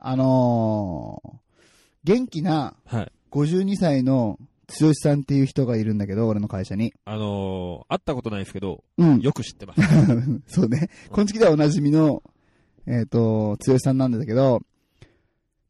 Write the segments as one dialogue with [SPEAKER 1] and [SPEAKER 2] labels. [SPEAKER 1] あのー元気な
[SPEAKER 2] はい。
[SPEAKER 1] 52歳の剛さんっていう人がいるんだけど、俺の会社に。
[SPEAKER 2] あのー、会ったことないですけど、
[SPEAKER 1] うん。
[SPEAKER 2] よく知 ってます。
[SPEAKER 1] そうね。こんちきではおなじみの、えっ、と、剛さんなんだけど、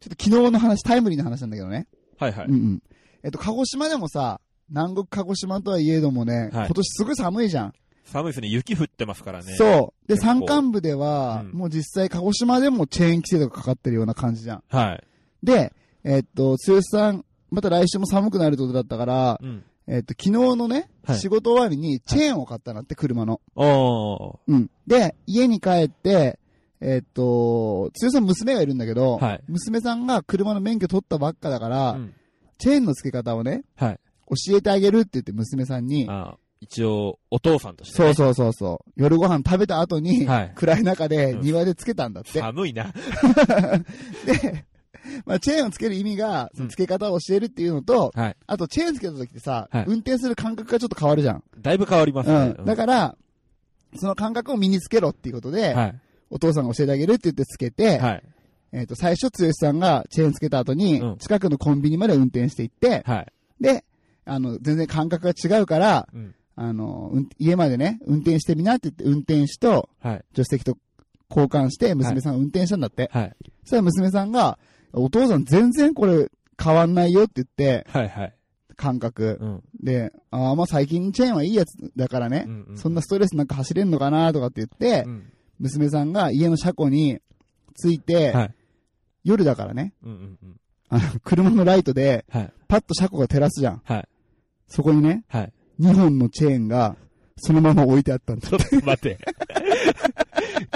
[SPEAKER 1] ちょっと昨日の話、タイムリーな話なんだけどね。
[SPEAKER 2] はいはい
[SPEAKER 1] うん。うん。えっ、と、鹿児島でもさ、南国鹿児島とはいえどもね、今年すごい寒いじゃん。
[SPEAKER 2] 寒いですね。雪降ってますからね。う。
[SPEAKER 1] そう。で、
[SPEAKER 2] 結構
[SPEAKER 1] 山間部では、
[SPEAKER 2] うん
[SPEAKER 1] もう実際鹿児島でもチェーン規制とかかかってるような感じじゃん。
[SPEAKER 2] はい。
[SPEAKER 1] で、えっと、剛さん、また来週も寒くなるってことだったから、
[SPEAKER 2] うん。
[SPEAKER 1] えっと、昨日のね、
[SPEAKER 2] はい
[SPEAKER 1] 仕事終わりにチェーンを買ったなって、車の。
[SPEAKER 2] お
[SPEAKER 1] うん。で、家に帰って、えっと、剛さん娘がいるんだけど、
[SPEAKER 2] はい
[SPEAKER 1] 娘さんが車の免許取ったばっかだから、
[SPEAKER 2] ー。うん。
[SPEAKER 1] チェーンの付け方をね、
[SPEAKER 2] はい。
[SPEAKER 1] 教えてあげるって言って娘さんに、
[SPEAKER 2] あー一応、お父さんとして、
[SPEAKER 1] そう
[SPEAKER 2] ね。
[SPEAKER 1] そうそうそう。夜ご飯食べた後に、
[SPEAKER 2] はい
[SPEAKER 1] 暗い中で
[SPEAKER 2] うん
[SPEAKER 1] 庭でつけたんだって。
[SPEAKER 2] 寒いな。
[SPEAKER 1] で、まあ、チェーンをつける意味が、そのつけ方を教えるっていうのと、
[SPEAKER 2] はい。
[SPEAKER 1] あとチェーンつけた時ってさ、
[SPEAKER 2] はい
[SPEAKER 1] 運転する感覚がちょっと変わるじゃん。
[SPEAKER 2] だいぶ変わりますね。
[SPEAKER 1] うん。だか
[SPEAKER 2] か
[SPEAKER 1] ら、その感覚を身につけろっていうことで、
[SPEAKER 2] はい。
[SPEAKER 1] お父さんが教えてあげるって言ってつけて、
[SPEAKER 2] はい。
[SPEAKER 1] えっ、と、最初、剛さんがチェーンつけた後に、
[SPEAKER 2] うん
[SPEAKER 1] 近くのコンビニまで運転していって、
[SPEAKER 2] はい。
[SPEAKER 1] で、あの、全然感覚が違うから、
[SPEAKER 2] うん
[SPEAKER 1] あの、うん家までね、運転してみなって言って、運転手と
[SPEAKER 2] はい。
[SPEAKER 1] 助手席と交換して、娘さんが運転したんだって。
[SPEAKER 2] はい。
[SPEAKER 1] そしたら娘さんが、お父さん全然これ変わんないよって言って、
[SPEAKER 2] はい。はい。
[SPEAKER 1] 感覚。
[SPEAKER 2] うん。
[SPEAKER 1] で、ああ、まあ最近チェーンはいいやつだからね、
[SPEAKER 2] うんうん
[SPEAKER 1] そんなストレスなんか走れんのかなとかって言って、
[SPEAKER 2] うん。
[SPEAKER 1] 娘さんが家の車庫に着いて、
[SPEAKER 2] はい。
[SPEAKER 1] 夜だからね、
[SPEAKER 2] うんうんうん。
[SPEAKER 1] あの、車のライトで、
[SPEAKER 2] はい。
[SPEAKER 1] パッと車庫が照らすじゃん。
[SPEAKER 2] はい。
[SPEAKER 1] そこにね、
[SPEAKER 2] はい。
[SPEAKER 1] 2本のチェーンが、そのまま置いてあったんだ。
[SPEAKER 2] ちょっと待 って。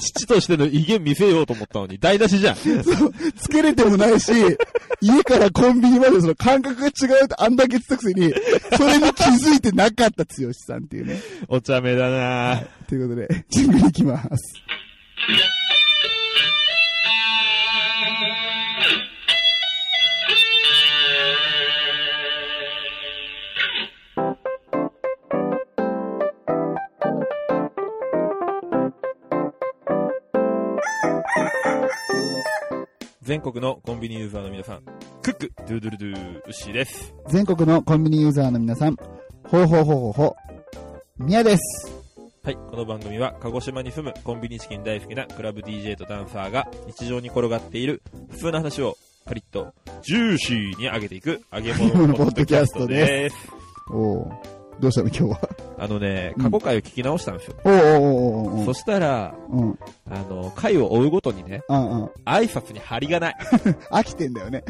[SPEAKER 2] 父としての威厳見せようと思ったのに、台無しじゃん。
[SPEAKER 1] つけれてもない し、家からコンビニまでその感覚が違うってあんだけ言ってたくせに、それに気づいてなかった剛さんっていうね。
[SPEAKER 2] お茶目だな
[SPEAKER 1] ということで、ジングルいきます。
[SPEAKER 2] 全国のコンビニユーザーの皆さん、クック、ドゥドゥルドゥ、ウッシーです。
[SPEAKER 1] 全国のコンビニユーザーの皆さん、ほうほうほうほうほう、みやです。
[SPEAKER 2] はい、この番組は鹿児島に住むコンビニチキン大好きなクラブ DJ とダンサーが日常に転がっている普通の話をパリッとジューシーに上げていく揚げ物 のポッドキャストです。
[SPEAKER 1] おうどうしたの今日は。
[SPEAKER 2] あのね、
[SPEAKER 1] うん
[SPEAKER 2] 過去回を聞き直したんですよ。
[SPEAKER 1] おうおうおうおうお
[SPEAKER 2] そしたら、
[SPEAKER 1] う。うん。
[SPEAKER 2] あの、回を追うごとにね、
[SPEAKER 1] うんうん。
[SPEAKER 2] 挨拶に張りがない。
[SPEAKER 1] 飽きてんだよね。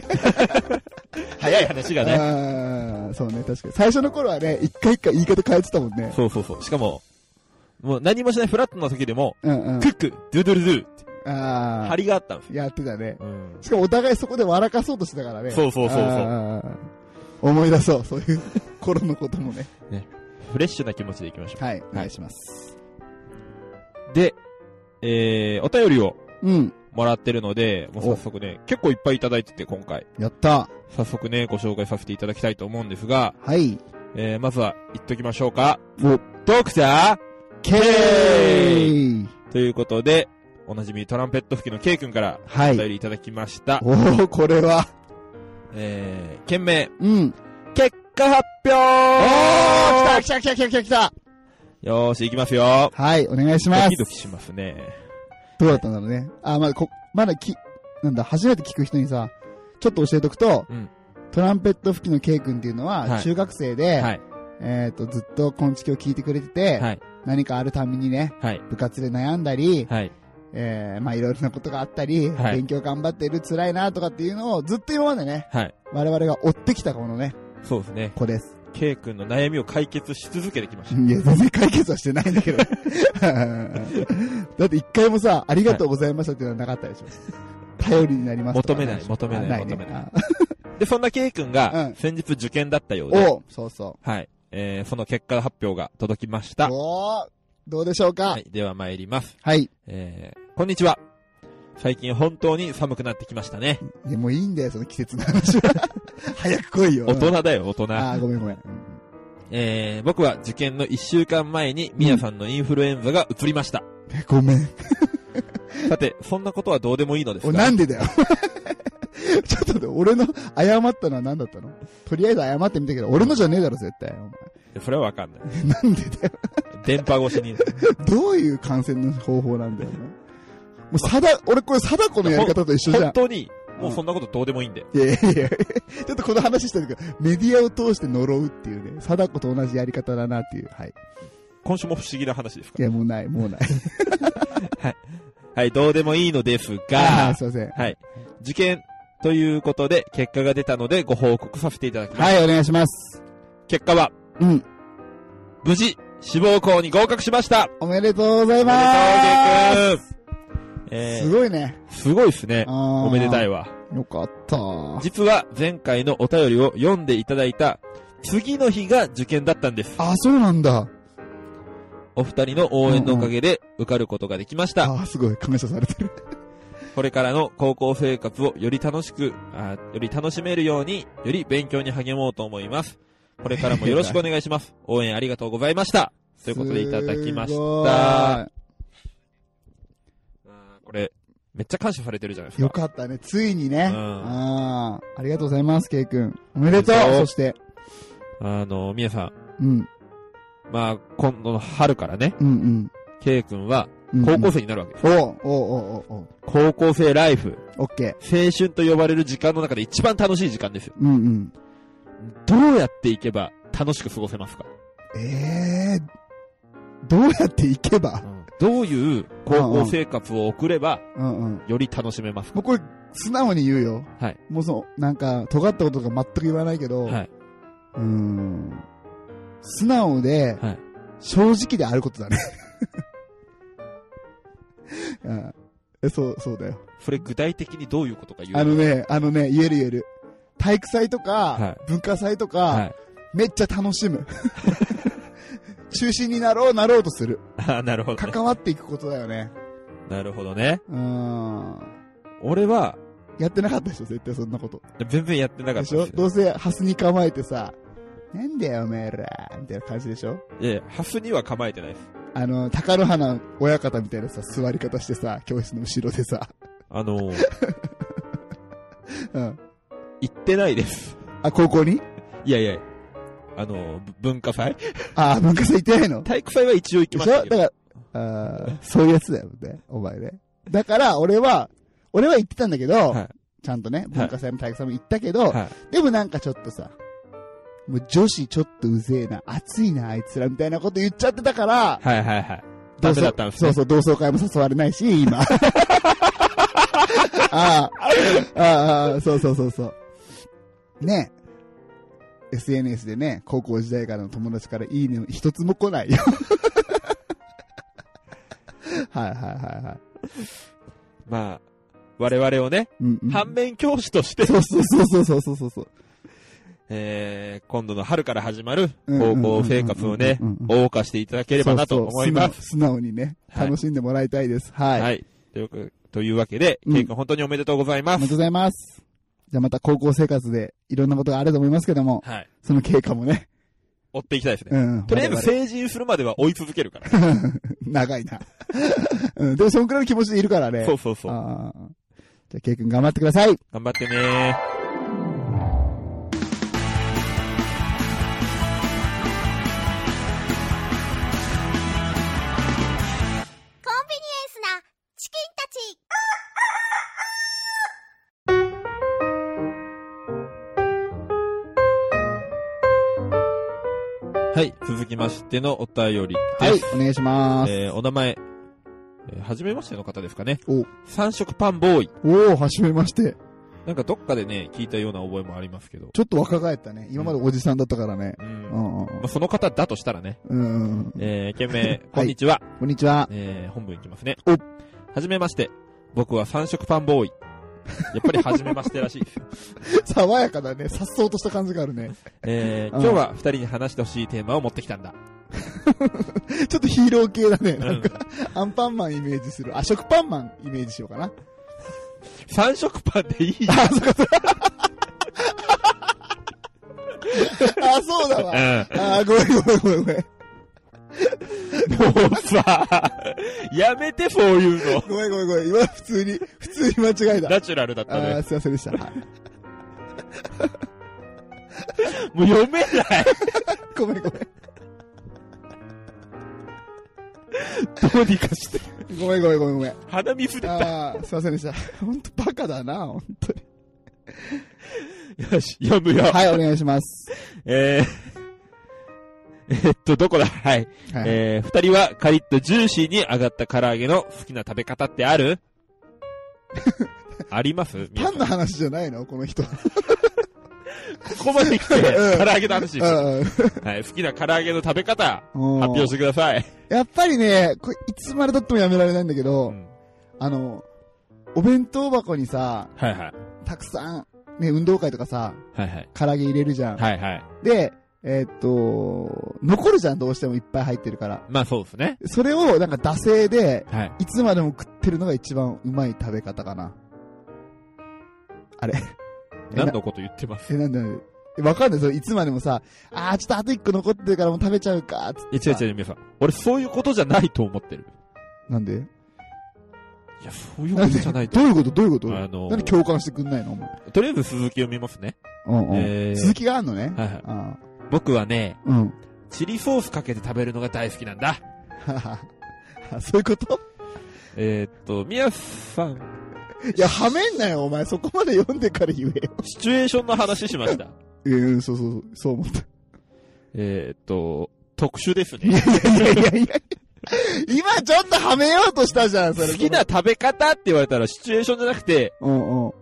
[SPEAKER 2] 早い話がね。
[SPEAKER 1] ああ、そうね、確かに。最初の頃はね、一回一回言い方変えてたもんね。
[SPEAKER 2] そうそうそう。しかも、もう何もしないフラットな時でも、
[SPEAKER 1] うんうん
[SPEAKER 2] ク。ック、ドゥドゥルドゥって
[SPEAKER 1] あ
[SPEAKER 2] 張りがあったんですよ。
[SPEAKER 1] あ、やってたね。
[SPEAKER 2] うん。
[SPEAKER 1] しかもお互いそこで笑かそうとしてたからね。
[SPEAKER 2] そうそうそうそう
[SPEAKER 1] あー思い出そう、そう いう頃のこともね。
[SPEAKER 2] フレッシュな気持ちでいきましょ
[SPEAKER 1] はい、お願いします。
[SPEAKER 2] う。で、えー、お便りを
[SPEAKER 1] うん、
[SPEAKER 2] もらってるので、もう早速ね、結構いっぱいいただいてて、今回。
[SPEAKER 1] やった。
[SPEAKER 2] 早速ね、ご紹介させていただきたいと思うんですが、
[SPEAKER 1] はい。
[SPEAKER 2] えー、まずは、言っときましょうか。
[SPEAKER 1] お
[SPEAKER 2] ドクタ
[SPEAKER 1] K!
[SPEAKER 2] ーということで、おなじみトランペット吹きの K 君から、
[SPEAKER 1] は
[SPEAKER 2] お
[SPEAKER 1] い。
[SPEAKER 2] 便りいただきました。
[SPEAKER 1] おおこれは。
[SPEAKER 2] えー、件名、
[SPEAKER 1] うん。
[SPEAKER 2] 結果発
[SPEAKER 1] お
[SPEAKER 2] 表
[SPEAKER 1] ー
[SPEAKER 2] ー
[SPEAKER 1] 来た来た来た来た来た来
[SPEAKER 2] よーし、いきますよ。
[SPEAKER 1] たはい、お願いしま
[SPEAKER 2] ド
[SPEAKER 1] す
[SPEAKER 2] キ。ドキしますね。
[SPEAKER 1] どうだったんだろうね。あ、まだこ、まだき、なんだ、初めて聞く人にさ、ちょっと教えとくと、
[SPEAKER 2] うん
[SPEAKER 1] トランペット吹きの K 君っていうのは、
[SPEAKER 2] はい
[SPEAKER 1] 中学生で、
[SPEAKER 2] はい。
[SPEAKER 1] えっ、と、ずっと昆虫を聞いてくれてて、
[SPEAKER 2] はい。
[SPEAKER 1] 何かあるたびにね、
[SPEAKER 2] はい。
[SPEAKER 1] 部活で悩んだり、
[SPEAKER 2] はい。
[SPEAKER 1] えー、まあいろいろなことがあったり、
[SPEAKER 2] はい
[SPEAKER 1] 勉強頑張ってる、辛いなとかっていうのをずっと今までね、
[SPEAKER 2] はい。
[SPEAKER 1] 我々が追ってきたこのね、
[SPEAKER 2] そうですね。
[SPEAKER 1] 子です。
[SPEAKER 2] K 君の悩みを解決し続けてきまし
[SPEAKER 1] いや、全然解決はしてないんだけど。だって一回もさ、ありがとうございましたっていうのはなかったでしょ。頼りになりますとか
[SPEAKER 2] 求めない求めない
[SPEAKER 1] あね
[SPEAKER 2] 求めない
[SPEAKER 1] あ
[SPEAKER 2] た。で、そんな K 君
[SPEAKER 1] う
[SPEAKER 2] が
[SPEAKER 1] ん、
[SPEAKER 2] 先日受験だったようで、
[SPEAKER 1] おそうそ
[SPEAKER 2] はい。えー、その結果発表が届きまし
[SPEAKER 1] う。
[SPEAKER 2] た。
[SPEAKER 1] おーどうでしょうか
[SPEAKER 2] はい。では参ります。
[SPEAKER 1] はい。
[SPEAKER 2] えー、こんにちは。最近本当に寒くなってきましたね。
[SPEAKER 1] でもういいんだよ、その季節の話は。 早く来いよ。
[SPEAKER 2] 大人だよ、大人。
[SPEAKER 1] あーごめんごめん。うん
[SPEAKER 2] えー、僕は受験の1週間前に、みやさんのインフルエンザが移りま した。
[SPEAKER 1] ごめん。
[SPEAKER 2] さて、そんなことはどうでもいいのです
[SPEAKER 1] お、
[SPEAKER 2] が
[SPEAKER 1] な、んでだよ。 ちょっとね、俺の謝ったのは何だったのとりあえず謝ってみたけど、俺のじゃねえだろ、絶対。
[SPEAKER 2] やそれはわかんない。
[SPEAKER 1] お前なんでだよ。
[SPEAKER 2] 電波越し に。
[SPEAKER 1] どういう感染の方法なんだよ、お前もう、さだ、俺これ、貞子のやり方と一緒じゃ
[SPEAKER 2] 本
[SPEAKER 1] ん。
[SPEAKER 2] 当に、もうそんなことどうでもいいんで。
[SPEAKER 1] いやいやいや、ちょっとこの話したんだけど、メディアを通して呪うっていうね、貞子と同じやり方だなっていう。はい。
[SPEAKER 2] 今週も不思議な話です
[SPEAKER 1] い
[SPEAKER 2] か
[SPEAKER 1] や、もうない、もうない。
[SPEAKER 2] はい、どうでもいいのです
[SPEAKER 1] あ
[SPEAKER 2] が
[SPEAKER 1] ー、 すいません。
[SPEAKER 2] はい。受験ということで、結果が出たので、ご報告させていただきます。
[SPEAKER 1] はい、お願いします。
[SPEAKER 2] 結果は、
[SPEAKER 1] うん。
[SPEAKER 2] 無事、志望校に合格しました
[SPEAKER 1] おめでとうござい
[SPEAKER 2] おめ
[SPEAKER 1] ます。
[SPEAKER 2] でとうげくえ
[SPEAKER 1] す
[SPEAKER 2] ー、
[SPEAKER 1] ごいね。
[SPEAKER 2] すごいですね。
[SPEAKER 1] お
[SPEAKER 2] おめでたい
[SPEAKER 1] よ
[SPEAKER 2] わ。
[SPEAKER 1] かった。
[SPEAKER 2] 実は、前回のお便りを読んでいただいた、次の日が受験だったんです。
[SPEAKER 1] あ、そうなんだ。
[SPEAKER 2] お二人の応援のおかげで、受かることができました。
[SPEAKER 1] あ、すごい、感謝されてる。
[SPEAKER 2] これからの高校生活をより楽しく、あより楽しめるように、より勉強に励もうと思います。これからもよろしくお願い します。応援ありがとうございました。ということでいただきまし
[SPEAKER 1] すごい
[SPEAKER 2] た。うんこれ、めっちゃ感謝されてるじゃないですか。
[SPEAKER 1] よかったね、ついにね。
[SPEAKER 2] うん
[SPEAKER 1] ああ、ありがとうございます、ケイ君。おめでとう
[SPEAKER 2] おめでと
[SPEAKER 1] そ
[SPEAKER 2] う
[SPEAKER 1] して、
[SPEAKER 2] あの、皆さん、
[SPEAKER 1] うん、
[SPEAKER 2] まあ、今度の春からね、
[SPEAKER 1] うん、うん。
[SPEAKER 2] K 君は
[SPEAKER 1] うん
[SPEAKER 2] 高校生になるわけです。
[SPEAKER 1] おうおうおうおう
[SPEAKER 2] 高校生ライフ、
[SPEAKER 1] おう。オッケ
[SPEAKER 2] 青春と呼ばれる時間の中で一番楽しい時間ですよ。
[SPEAKER 1] ー。うんうん。
[SPEAKER 2] どうやっていけば楽しく過ごせますか、
[SPEAKER 1] ええー、どうやって行けば
[SPEAKER 2] どういう高校生活を送れば、
[SPEAKER 1] うんうん。
[SPEAKER 2] より楽しめますか
[SPEAKER 1] もうこれ、素直に言うよ。
[SPEAKER 2] はい。
[SPEAKER 1] もうその、なんか、尖ったこととか全く言わないけど、
[SPEAKER 2] はい。
[SPEAKER 1] うーん。素直で、
[SPEAKER 2] はい
[SPEAKER 1] 正直であることだね。 うんえそう、そうだよ。
[SPEAKER 2] それ具体的にどういうことか言う
[SPEAKER 1] あのね、あのね、言える言える。体育祭とか、
[SPEAKER 2] は
[SPEAKER 1] 文化祭とか、
[SPEAKER 2] はい。
[SPEAKER 1] めっちゃ楽しむ。 中心になろうなろうとする。
[SPEAKER 2] あーなるほどね。
[SPEAKER 1] 関わっていくことだよね。
[SPEAKER 2] なるほどね。
[SPEAKER 1] うーん。
[SPEAKER 2] 俺は、
[SPEAKER 1] やってなかったでしょ、絶対そんなこと。
[SPEAKER 2] 全然やってなか
[SPEAKER 1] で
[SPEAKER 2] った
[SPEAKER 1] しょ
[SPEAKER 2] です
[SPEAKER 1] ど
[SPEAKER 2] よ。
[SPEAKER 1] うせ、ハスに構えてさ、なんだよ、おめえら、みたいな感じでしょ
[SPEAKER 2] いやいや、ハスには構えてないです。
[SPEAKER 1] あの、高野花親方みたいなさ、座り方してさ、教室の後ろでさ、
[SPEAKER 2] あのー、
[SPEAKER 1] うん。
[SPEAKER 2] 行ってないです。
[SPEAKER 1] あ、高校に
[SPEAKER 2] いやいや、あのー、ぶ文化祭
[SPEAKER 1] あ、文化祭行ってないの
[SPEAKER 2] 体育祭は一応行
[SPEAKER 1] で
[SPEAKER 2] きま
[SPEAKER 1] し
[SPEAKER 2] した
[SPEAKER 1] ょ
[SPEAKER 2] けど。
[SPEAKER 1] だから、あーそういうやつだよね、お前ね。だから、俺は、俺は行ってたんだけど、
[SPEAKER 2] はい
[SPEAKER 1] ちゃんとね、文化祭も体育祭も行ったけど、
[SPEAKER 2] はい
[SPEAKER 1] でもなんかちょっとさ、もう女子ちょっとうぜえな、熱いな、あいつらみたいなこと言っちゃってたから、
[SPEAKER 2] はいはいはい。
[SPEAKER 1] 同
[SPEAKER 2] ダ
[SPEAKER 1] 窓
[SPEAKER 2] メだったんです
[SPEAKER 1] そう
[SPEAKER 2] ね。
[SPEAKER 1] そう、同窓会も誘われないし、今。あ あ、ああああ、そうそうそうそう。ねえ SNS でね、高校時代からの友達からいいね一つも来ないよ。 はいはいはいはい。
[SPEAKER 2] まあ、我々をね、
[SPEAKER 1] うんうん、
[SPEAKER 2] 反面教師として、
[SPEAKER 1] そうそうそうそうそうそうそう。
[SPEAKER 2] えー、今度の春から始まる
[SPEAKER 1] うんうんう
[SPEAKER 2] 高
[SPEAKER 1] ん
[SPEAKER 2] 校生活をね
[SPEAKER 1] うんうんうん、
[SPEAKER 2] 謳歌していただければなと思い
[SPEAKER 1] そ
[SPEAKER 2] ます。
[SPEAKER 1] うそう素直素直にね、
[SPEAKER 2] はい
[SPEAKER 1] 楽しんでもらいたいです。はい。
[SPEAKER 2] はい。ということというわけで、
[SPEAKER 1] うん
[SPEAKER 2] ケイ君本当におめでとうござい
[SPEAKER 1] お
[SPEAKER 2] ま。
[SPEAKER 1] めですとうございます。じゃあまた高校生活でいろんなことがあると思いますけども、
[SPEAKER 2] はい。
[SPEAKER 1] その経過もね。
[SPEAKER 2] 追っていきたいですね。
[SPEAKER 1] うんうん。
[SPEAKER 2] とりあえ
[SPEAKER 1] 我
[SPEAKER 2] ず
[SPEAKER 1] 々
[SPEAKER 2] 成人するまでは追い続けるから。
[SPEAKER 1] 長いな。 うん、でもそんくらいの気持ちでいるからね。
[SPEAKER 2] そううそうそう。
[SPEAKER 1] あーじゃあ、ケイ君頑張ってください。
[SPEAKER 2] 頑張ってね
[SPEAKER 3] コンビニエンスなチキンたち
[SPEAKER 2] はい。続きましてのお便り
[SPEAKER 1] は
[SPEAKER 2] で
[SPEAKER 1] い
[SPEAKER 2] す。、
[SPEAKER 1] お願いします。
[SPEAKER 2] えー、お名前、えーはじめましての方ですかね。
[SPEAKER 1] お
[SPEAKER 2] 三色パンボーイ。
[SPEAKER 1] おー、はじめまして。
[SPEAKER 2] なんかどっかでね、聞いたような覚えもありますけど。
[SPEAKER 1] ちょっと若返ったね。今までおじさんだったからね。
[SPEAKER 2] う。
[SPEAKER 1] うん
[SPEAKER 2] ま
[SPEAKER 1] んうん
[SPEAKER 2] あ、その方だとしたらね。
[SPEAKER 1] うん。うん うん。
[SPEAKER 2] えー、懸命、こんにちは。
[SPEAKER 1] こんにちは。
[SPEAKER 2] えー、本文いきますね。
[SPEAKER 1] お
[SPEAKER 2] はじめまして。僕は三色パンボーイ。やっぱりはじめましてらしいですよ。
[SPEAKER 1] 爽やかだね。さっそうとした感じがあるね。
[SPEAKER 2] えー、
[SPEAKER 1] うん
[SPEAKER 2] 今日は二人に話してほしいテーマを持ってきたんだ。
[SPEAKER 1] ちょっとヒーロー系だね。
[SPEAKER 2] う
[SPEAKER 1] なん
[SPEAKER 2] ん
[SPEAKER 1] か、アンパンマンイメージする。あ、食パンマンイメージしようかな。
[SPEAKER 2] 三色パンでいい
[SPEAKER 1] あ、そうか、そうか。あ、そうだ わ。
[SPEAKER 2] う
[SPEAKER 1] あ、ごめんごめんごめんごめん。
[SPEAKER 2] ん。もうさ、やめてそういうの。
[SPEAKER 1] ごめんごめんごめん。今普通に、普通に間違えた。
[SPEAKER 2] ナチュラルだっ
[SPEAKER 1] あ
[SPEAKER 2] たね
[SPEAKER 1] ー。すいませんでした。はい
[SPEAKER 2] もう読めない。
[SPEAKER 1] ごめんごめん。
[SPEAKER 2] どうにかして。
[SPEAKER 1] ごめんごめんごめんごめん。
[SPEAKER 2] 鼻水 で。
[SPEAKER 1] ああ、すいませんでした。 ほんとバカだな、ほんとに。
[SPEAKER 2] よし、読むよ。
[SPEAKER 1] はい、お願いします。
[SPEAKER 2] えー、えっと、どこだはい。
[SPEAKER 1] はい。
[SPEAKER 2] えー、二人はカリッとジューシーに揚がった唐揚げの好きな食べ方って あるあります
[SPEAKER 1] パ
[SPEAKER 2] 皆さ
[SPEAKER 1] ン
[SPEAKER 2] ん
[SPEAKER 1] の話じゃないのこの人。
[SPEAKER 2] ここまで来て、
[SPEAKER 1] うん
[SPEAKER 2] 唐揚げの話です
[SPEAKER 1] うんうん
[SPEAKER 2] はい、好きな唐揚げの食べ方、
[SPEAKER 1] うん
[SPEAKER 2] 発表してください。
[SPEAKER 1] やっぱりね、これいつまでとってもやめられないんだけど、
[SPEAKER 2] うん
[SPEAKER 1] あの、お弁当箱にさ、
[SPEAKER 2] はいはい。
[SPEAKER 1] たくさん、ね、運動会とかさ、
[SPEAKER 2] はいはい。
[SPEAKER 1] 唐揚げ入れるじゃん。
[SPEAKER 2] はいはい。
[SPEAKER 1] で、えーっと、残るじゃん、どうしてもいっぱい入ってるから。
[SPEAKER 2] まあそうですね。
[SPEAKER 1] それを、なんか、惰性で、
[SPEAKER 2] はい。
[SPEAKER 1] いつまでも食ってるのが一番うまい食べ方かな。あれ。え
[SPEAKER 2] 何のこと言ってます
[SPEAKER 1] え、なんでなんでえわかんない、それいつまでもさ、あー、ちょっとあと一個残ってるからもう食べちゃうか、つっ
[SPEAKER 2] い
[SPEAKER 1] てさ。
[SPEAKER 2] や違う違う、皆さん。俺そういうことじゃないと思ってる。
[SPEAKER 1] なんで
[SPEAKER 2] いや、そういうことじゃないと。
[SPEAKER 1] どういうことどういうこと、
[SPEAKER 2] あのー
[SPEAKER 1] なんで共感してくんないのお前
[SPEAKER 2] とりあえず鈴木を見ますね。
[SPEAKER 1] うんうん。
[SPEAKER 2] えー
[SPEAKER 1] 続きがあんのね。
[SPEAKER 2] はいはい。
[SPEAKER 1] あ
[SPEAKER 2] 僕はね、
[SPEAKER 1] ーうん。
[SPEAKER 2] チリソースかけて食べるのが大好きなんだ。
[SPEAKER 1] はははそういうこと
[SPEAKER 2] えーっと、みやさん、
[SPEAKER 1] いや、はめんなよ、お前。そこまで読んでから言えよ。
[SPEAKER 2] シチュエーションの話しました。
[SPEAKER 1] うん、そうそうそう、そう思った。
[SPEAKER 2] えーっと、特殊です
[SPEAKER 1] い
[SPEAKER 2] ね。
[SPEAKER 1] やいやいやいや今ちょっとはめようとしたじゃん、そ
[SPEAKER 2] 好
[SPEAKER 1] れ。
[SPEAKER 2] きな食べ方って言われたらシチュエーションじゃなくて、
[SPEAKER 1] うんうん。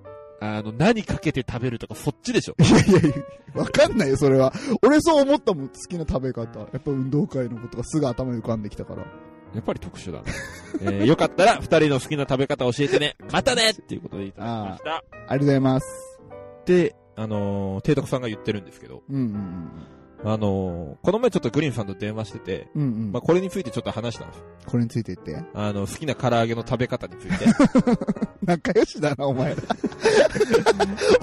[SPEAKER 2] あの、何かけて食べるとかそっちでしょ。
[SPEAKER 1] いやいやいや、わかんないよ、それは。俺そう思ったもん、好きな食べ方。やっぱ運動会のことがすぐ頭に浮かんできたから。
[SPEAKER 2] やっぱり特殊だな。えーよかったら二人の好きな食べ方教えてね。またねっていうことでいただきました。
[SPEAKER 1] ありがとうございます。
[SPEAKER 2] で、あのー、提督さんが言ってるんですけど、
[SPEAKER 1] うんうん
[SPEAKER 2] あのー、この前ちょっとグリーンさんと電話してて、
[SPEAKER 1] うん。うんうん。
[SPEAKER 2] まあ、これについてちょっと話したんです。
[SPEAKER 1] これについて言って。
[SPEAKER 2] あの、好きな唐揚げの食べ方に ついて。
[SPEAKER 1] 仲良しだな、お前ら。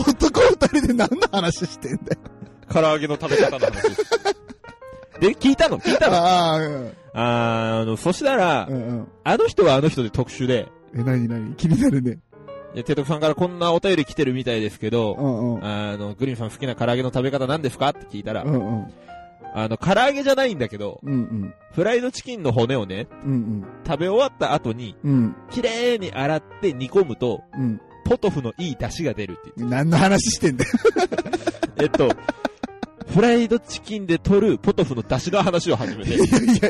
[SPEAKER 1] 男二人で何の話してんだよ。
[SPEAKER 2] 唐揚げの食べ方の話です。で、聞いたの聞いたの
[SPEAKER 1] ああ、うん
[SPEAKER 2] あーあの、そしたら、
[SPEAKER 1] うんうん。
[SPEAKER 2] あの人はあの人で特殊で、
[SPEAKER 1] え、なになに気になるね。
[SPEAKER 2] いや提督さんからこんなお便り来てるみたいですけ
[SPEAKER 1] う
[SPEAKER 2] ど、
[SPEAKER 1] んうん。
[SPEAKER 2] あの、グリーンさん好きな唐揚げの食べ方何ですかって聞いたら
[SPEAKER 1] う、んうん。
[SPEAKER 2] あの、唐揚げじゃないんだけど、
[SPEAKER 1] うんうん。
[SPEAKER 2] フライドチキンの骨をね、
[SPEAKER 1] うん
[SPEAKER 2] 食べ終わった後に、
[SPEAKER 1] うん。うん
[SPEAKER 2] 綺麗に洗って煮込むと、
[SPEAKER 1] うん。
[SPEAKER 2] ポトフのいい出汁が出るって
[SPEAKER 1] 何の話してんだよ。
[SPEAKER 2] 言って。えっと、フライドチキンで取るポトフの出汁の話を始めて
[SPEAKER 1] い。やいやいやいや。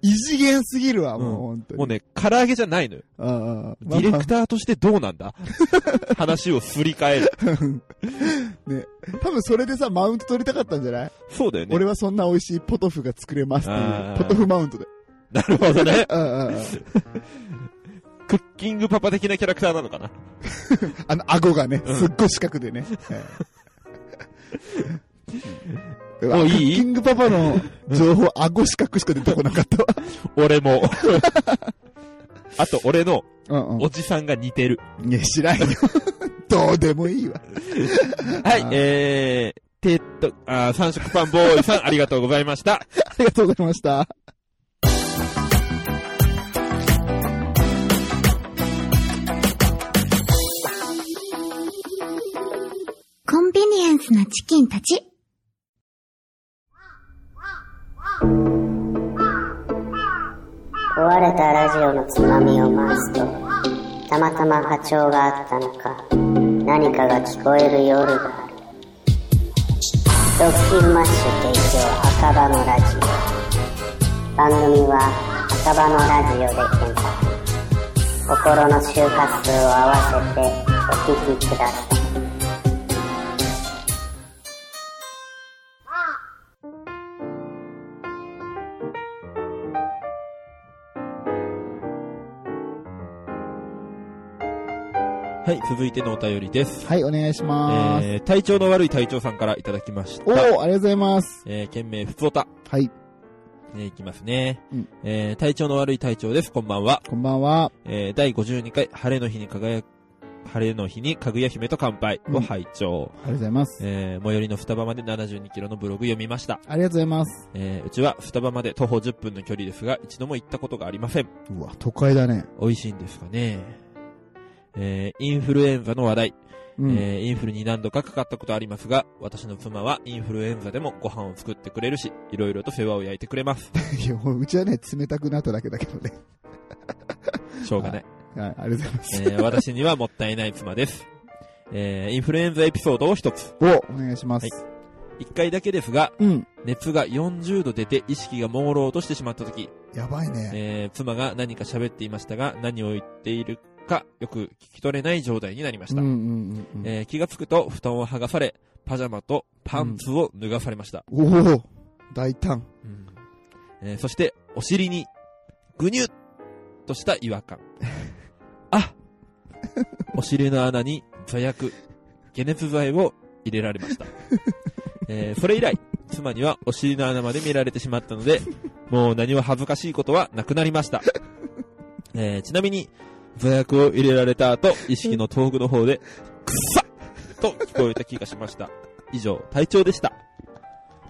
[SPEAKER 1] 異次元すぎるわ、もう、本当に。
[SPEAKER 2] もうね、唐揚げじゃないのよ。
[SPEAKER 1] ああ、
[SPEAKER 2] ディレクターとしてどうなんだ 話をすり替える。
[SPEAKER 1] 多分それでさ、マウント取りたかったんじゃない、
[SPEAKER 2] そうだよね。
[SPEAKER 1] 俺はそんな美味しいポトフが作れますってい
[SPEAKER 2] あ
[SPEAKER 1] う。
[SPEAKER 2] ー
[SPEAKER 1] ポトフマウントで。
[SPEAKER 2] なるほどね。
[SPEAKER 1] ああ、ああ
[SPEAKER 2] クッキングパパ的なキャラクターなのかな。
[SPEAKER 1] あの、顎がね、
[SPEAKER 2] うん
[SPEAKER 1] すっごい四角でね。うわ
[SPEAKER 2] もういい
[SPEAKER 1] ク ッキングパパの情報、顎四角しか出てこなかったわ。
[SPEAKER 2] 俺も。 あと、俺の
[SPEAKER 1] うん
[SPEAKER 2] おじさんが似てる。
[SPEAKER 1] うん。いや、知らんよ。 どうでもいいわ。
[SPEAKER 2] はい、えー、テッド、あー三色パンボーイさん、ありがとうございました。
[SPEAKER 1] ありがとうございました。
[SPEAKER 3] コンビニエンスなチキンたち。
[SPEAKER 4] 壊れたラジオのつまみを回すとたまたま波長があったのか何かが聞こえる夜があるドッキンマッシュ提供赤羽のラジオ番組は赤羽のラジオで検索心の周波数を合わせてお聞きください
[SPEAKER 2] はい、続いてのお便りです。
[SPEAKER 1] はい、お願いします。
[SPEAKER 2] えー、体調の悪い隊長さんからいただきまし
[SPEAKER 1] おー、あ
[SPEAKER 2] た。
[SPEAKER 1] りがとうございます。
[SPEAKER 2] えー、件名、ふつおた。
[SPEAKER 1] はい、
[SPEAKER 2] えーいきますね。
[SPEAKER 1] うん
[SPEAKER 2] えー、体調の悪い隊長です。こんばんは。
[SPEAKER 1] こんばんは。
[SPEAKER 2] えー、第52回、晴れの日に輝く、晴れの日にかぐや姫と乾杯
[SPEAKER 1] う
[SPEAKER 2] を
[SPEAKER 1] ん
[SPEAKER 2] 拝聴
[SPEAKER 1] ありがとうございます。
[SPEAKER 2] えー、最寄りの双葉まで72キロのブログ読みました。
[SPEAKER 1] ありがとうございます。
[SPEAKER 2] えー、うちは双葉まで徒歩10分の距離ですが、一度も行ったことがありません。
[SPEAKER 1] うわ、都会だね。
[SPEAKER 2] 美味しいんですかね。えーインフルエンザの話題、
[SPEAKER 1] うん。
[SPEAKER 2] えーインフルに何度かかかったことありますが、私の妻はインフルエンザでもご飯を作ってくれるし、いろいろと世話を焼いてくれます。
[SPEAKER 1] いや、もううちはね、冷たくなっただけだけどね。
[SPEAKER 2] しょうがない。
[SPEAKER 1] はい、ありがとうございます。
[SPEAKER 2] えー私にはもったいない妻です。えーインフルエンザエピソードを一つ。
[SPEAKER 1] お、お願いします。
[SPEAKER 2] 一回だけですが、
[SPEAKER 1] うん。
[SPEAKER 2] 熱が40度出て意識が朦朧としてしまった時、
[SPEAKER 1] やばいね。
[SPEAKER 2] えー妻が何か喋っていましたが、何を言っているかよく聞き取れない状態になりまし
[SPEAKER 1] うん
[SPEAKER 2] た。
[SPEAKER 1] うんうんうん。
[SPEAKER 2] えー気がつくと布団を剥がされ、パジャマとパンツを脱がされました。
[SPEAKER 1] おお大胆。
[SPEAKER 2] えーそして、お尻に、ぐにゅっとした違和感。あ お尻の穴に座薬、解熱剤を入れられました。えーそれ以来、妻にはお尻の穴まで見られてしまったので、もう何も恥ずかしいことはなくなりました。えーちなみに、座薬を入れられた後、意識の遠くの方で、くっさと聞こえた気がしました。以上、体調でした。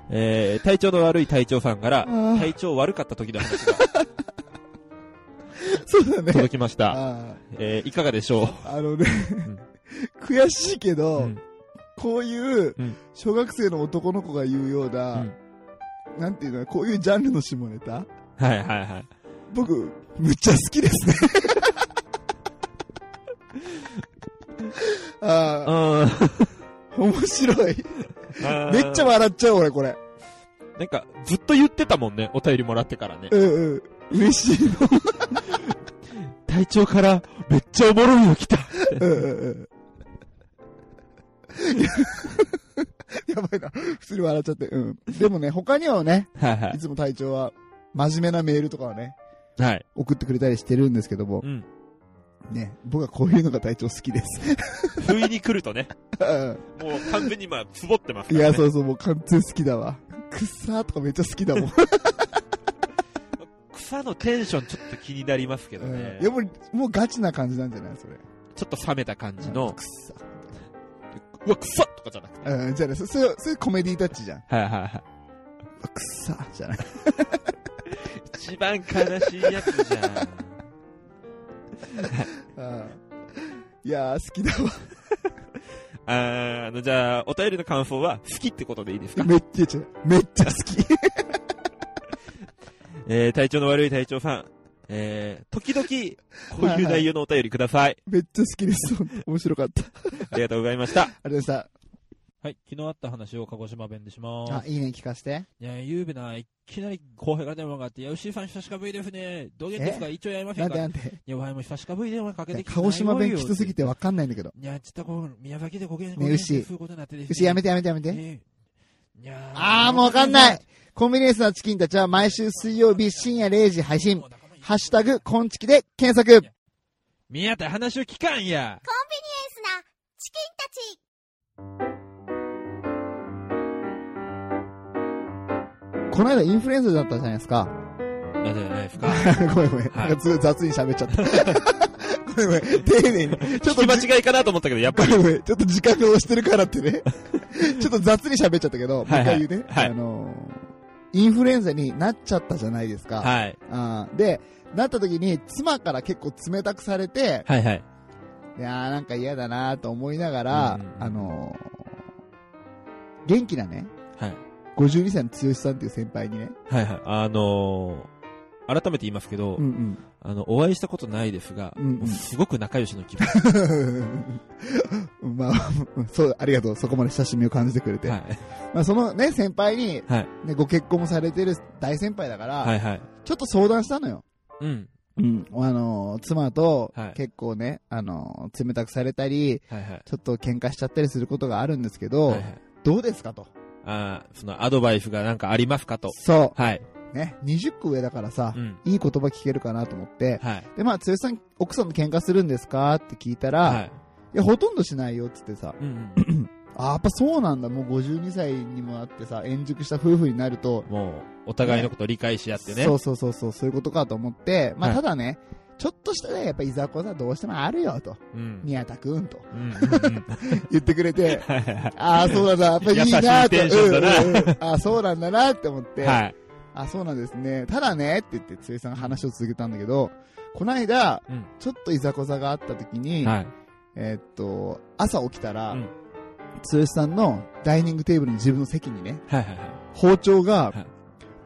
[SPEAKER 2] えー体調の悪い隊長さんから、
[SPEAKER 1] ー
[SPEAKER 2] 体調悪かった時の話が
[SPEAKER 1] そうだね。
[SPEAKER 2] 届きまし た。
[SPEAKER 1] あ
[SPEAKER 2] えーいかがでしょう
[SPEAKER 1] ーあのね
[SPEAKER 2] ん、
[SPEAKER 1] 悔しいけど、
[SPEAKER 2] うん
[SPEAKER 1] こういう
[SPEAKER 2] うん、
[SPEAKER 1] 小学生の男の子が言うような、
[SPEAKER 2] うん
[SPEAKER 1] なんていうの、こういうジャンルの下ネタ
[SPEAKER 2] はいはいはい。
[SPEAKER 1] 僕、むっちゃ好きです ね。ああ、面白い。めっちゃ
[SPEAKER 2] ま、
[SPEAKER 1] 笑っちゃう、俺、これ。
[SPEAKER 2] なんか、ずっと言ってたもんね、お便りもらってからね。
[SPEAKER 1] うんうん。嬉しいの。
[SPEAKER 2] 隊長から、めっちゃおもろいの来た。
[SPEAKER 1] うんうんうん。やばいな。普通に笑っちゃって。うん。でもね、他にはね、
[SPEAKER 2] はいはい
[SPEAKER 1] つも隊長は、真面目なメールとかをね、
[SPEAKER 2] い。はい。
[SPEAKER 1] 送ってくれたりしてるんですけども
[SPEAKER 2] う、ん。
[SPEAKER 1] ね、僕はこういうのが隊長好きです。
[SPEAKER 2] 不意に来るとね、
[SPEAKER 1] うん
[SPEAKER 2] もう完全に今、つぼってます
[SPEAKER 1] い
[SPEAKER 2] から、ね。
[SPEAKER 1] や、そうそう、もう完全好きだわ。くっさーとかめっちゃ好きだも ん。
[SPEAKER 2] 草のテンションちょっと気になりますけど
[SPEAKER 1] う
[SPEAKER 2] ね。
[SPEAKER 1] んいや、もう、もうガチな感じなんじゃないそれ。
[SPEAKER 2] ちょっと冷めた感じの
[SPEAKER 1] く、っさ。
[SPEAKER 2] うわ、草とかじゃなくて。
[SPEAKER 1] うん、じゃあね、そそれ、それコメディタッチじゃん。
[SPEAKER 2] はいはいはい。
[SPEAKER 1] あくっさ、じゃない。
[SPEAKER 2] 一番悲しいやつじゃ ん。
[SPEAKER 1] いやー、好きだわ。
[SPEAKER 2] あーあの、じゃあ、お便りの感想は、好きってことでいいです か
[SPEAKER 1] めっちゃ、めっちゃ好き。
[SPEAKER 2] えー、体調の悪い隊長さん。えー、時々、こういう内容のお便りくだ さい。
[SPEAKER 1] めっちゃ好きです。本当面白かった。あ
[SPEAKER 2] ありがとうございました。
[SPEAKER 1] りがとうござい
[SPEAKER 2] はい、昨日あった話を鹿児島弁でしま
[SPEAKER 1] ました。あ、いいね、聞かせて。
[SPEAKER 2] いや、ゆうべな、いきなり後輩から電話があって、いや、牛井さん久しぶりですね。どうげんですか一応やりませ
[SPEAKER 1] なんんて
[SPEAKER 2] か
[SPEAKER 1] な
[SPEAKER 2] い
[SPEAKER 1] んて。
[SPEAKER 2] や、お前も久しぶりで電話かけてきて
[SPEAKER 1] 鹿児島弁きつすぎ
[SPEAKER 2] て。
[SPEAKER 1] てわかんないんだけど。
[SPEAKER 2] いや、ちょっとこう、宮崎でごげん、
[SPEAKER 1] ね
[SPEAKER 2] ごげんって
[SPEAKER 1] 牛
[SPEAKER 2] そういうことになってですね
[SPEAKER 1] 牛やめてやめてやめて。
[SPEAKER 2] ええいや
[SPEAKER 1] あー、もうわかんない。コンビニエンスのチキンたちは毎週水曜日深夜0時配信。ハッシュタグ、コンチキで検索。
[SPEAKER 2] 宮田話を聞かんや
[SPEAKER 3] エースなチキンたち。
[SPEAKER 1] この間インフルエンザだったじゃないですか。
[SPEAKER 2] なぜじゃないですか
[SPEAKER 1] ごめんごめん。
[SPEAKER 2] はい
[SPEAKER 1] なんかすごい雑に喋っちゃった。 ごめんごめん。丁寧 に。ちょっと
[SPEAKER 2] 聞き間違いかなと思ったけど、やっぱ
[SPEAKER 1] ご
[SPEAKER 2] り。
[SPEAKER 1] めんごめんちょっと自覚をしてるからってね。 ちょっと雑に喋っちゃったけど、もう一
[SPEAKER 2] はいはい
[SPEAKER 1] 回言うね。
[SPEAKER 2] はい
[SPEAKER 1] あのー、インフルエンザになっちゃったじゃないですか。
[SPEAKER 2] はい。
[SPEAKER 1] あーで、なった時に妻から結構冷たくされて、
[SPEAKER 2] はいはい。
[SPEAKER 1] いやーなんか嫌だなーと思いながら、
[SPEAKER 2] うんうんうん
[SPEAKER 1] あのー、元気なね、
[SPEAKER 2] はい。
[SPEAKER 1] 52歳の剛さんっていう先輩にね、
[SPEAKER 2] はいはい。あのー、改めて言いますけど、
[SPEAKER 1] うん
[SPEAKER 2] あの、お会いしたことないですが、
[SPEAKER 1] うんうん
[SPEAKER 2] もうすごく仲良しの気分。
[SPEAKER 1] うん。 まあ、そう、ありがとう。そこまで親しみを感じてくれて。
[SPEAKER 2] はい。
[SPEAKER 1] まあ、そのね、先輩に、
[SPEAKER 2] はい
[SPEAKER 1] ね、ご結婚もされてる大先輩だから、
[SPEAKER 2] はいはい。
[SPEAKER 1] ちょっと相談したのよ。
[SPEAKER 2] うん。
[SPEAKER 1] うん。あの、妻と
[SPEAKER 2] はい、
[SPEAKER 1] 結構ね、あの、冷たくされたり、
[SPEAKER 2] はいはい。
[SPEAKER 1] ちょっと喧嘩しちゃったりすることがあるんですけど、
[SPEAKER 2] はいはい。
[SPEAKER 1] どうですかと。
[SPEAKER 2] あーそのアドバイスがなんかありますかと。
[SPEAKER 1] そ
[SPEAKER 2] はい。
[SPEAKER 1] う。ね、20個上だからさ
[SPEAKER 2] う、ん。
[SPEAKER 1] いい言葉聞けるかなと思って、
[SPEAKER 2] はい。
[SPEAKER 1] で、まあ、剛さん、奥さんと喧嘩するんですかって聞いたら、
[SPEAKER 2] はい。
[SPEAKER 1] いや、ほとんどしないよってってさ、
[SPEAKER 2] うん
[SPEAKER 1] あ、やっぱそうなんだ。もう52歳にもなってさ、円熟した夫婦になると
[SPEAKER 2] うん。、もう、お互いのことを理解し合ってね。
[SPEAKER 1] そうそうそうそう、そういうことかと思って、まあ、
[SPEAKER 2] はい
[SPEAKER 1] ただね、ちょっとしたね、やっぱいざこざどうしてもあるよと、
[SPEAKER 2] うん。
[SPEAKER 1] 宮田くんと
[SPEAKER 2] うん。うんうん。
[SPEAKER 1] 言ってくれて、
[SPEAKER 2] はいは
[SPEAKER 1] ああ、そうなんだ、やっぱりいいなーって、
[SPEAKER 2] 優しいテンションだな
[SPEAKER 1] うんうんうんああ、そうなんだなって思っ
[SPEAKER 2] い。
[SPEAKER 1] て、
[SPEAKER 2] はい。
[SPEAKER 1] あそうなんですね、ただねって言って、ついさんが話を続けたんだけど、こないだ、
[SPEAKER 2] うん
[SPEAKER 1] ちょっといざこざがあった時に、
[SPEAKER 2] はい。
[SPEAKER 1] えーっと、朝起きたら、
[SPEAKER 2] うん
[SPEAKER 1] 剛さんのダイニングテーブルの自分の席にね、
[SPEAKER 2] はいはいはい。
[SPEAKER 1] 包丁が
[SPEAKER 2] はい、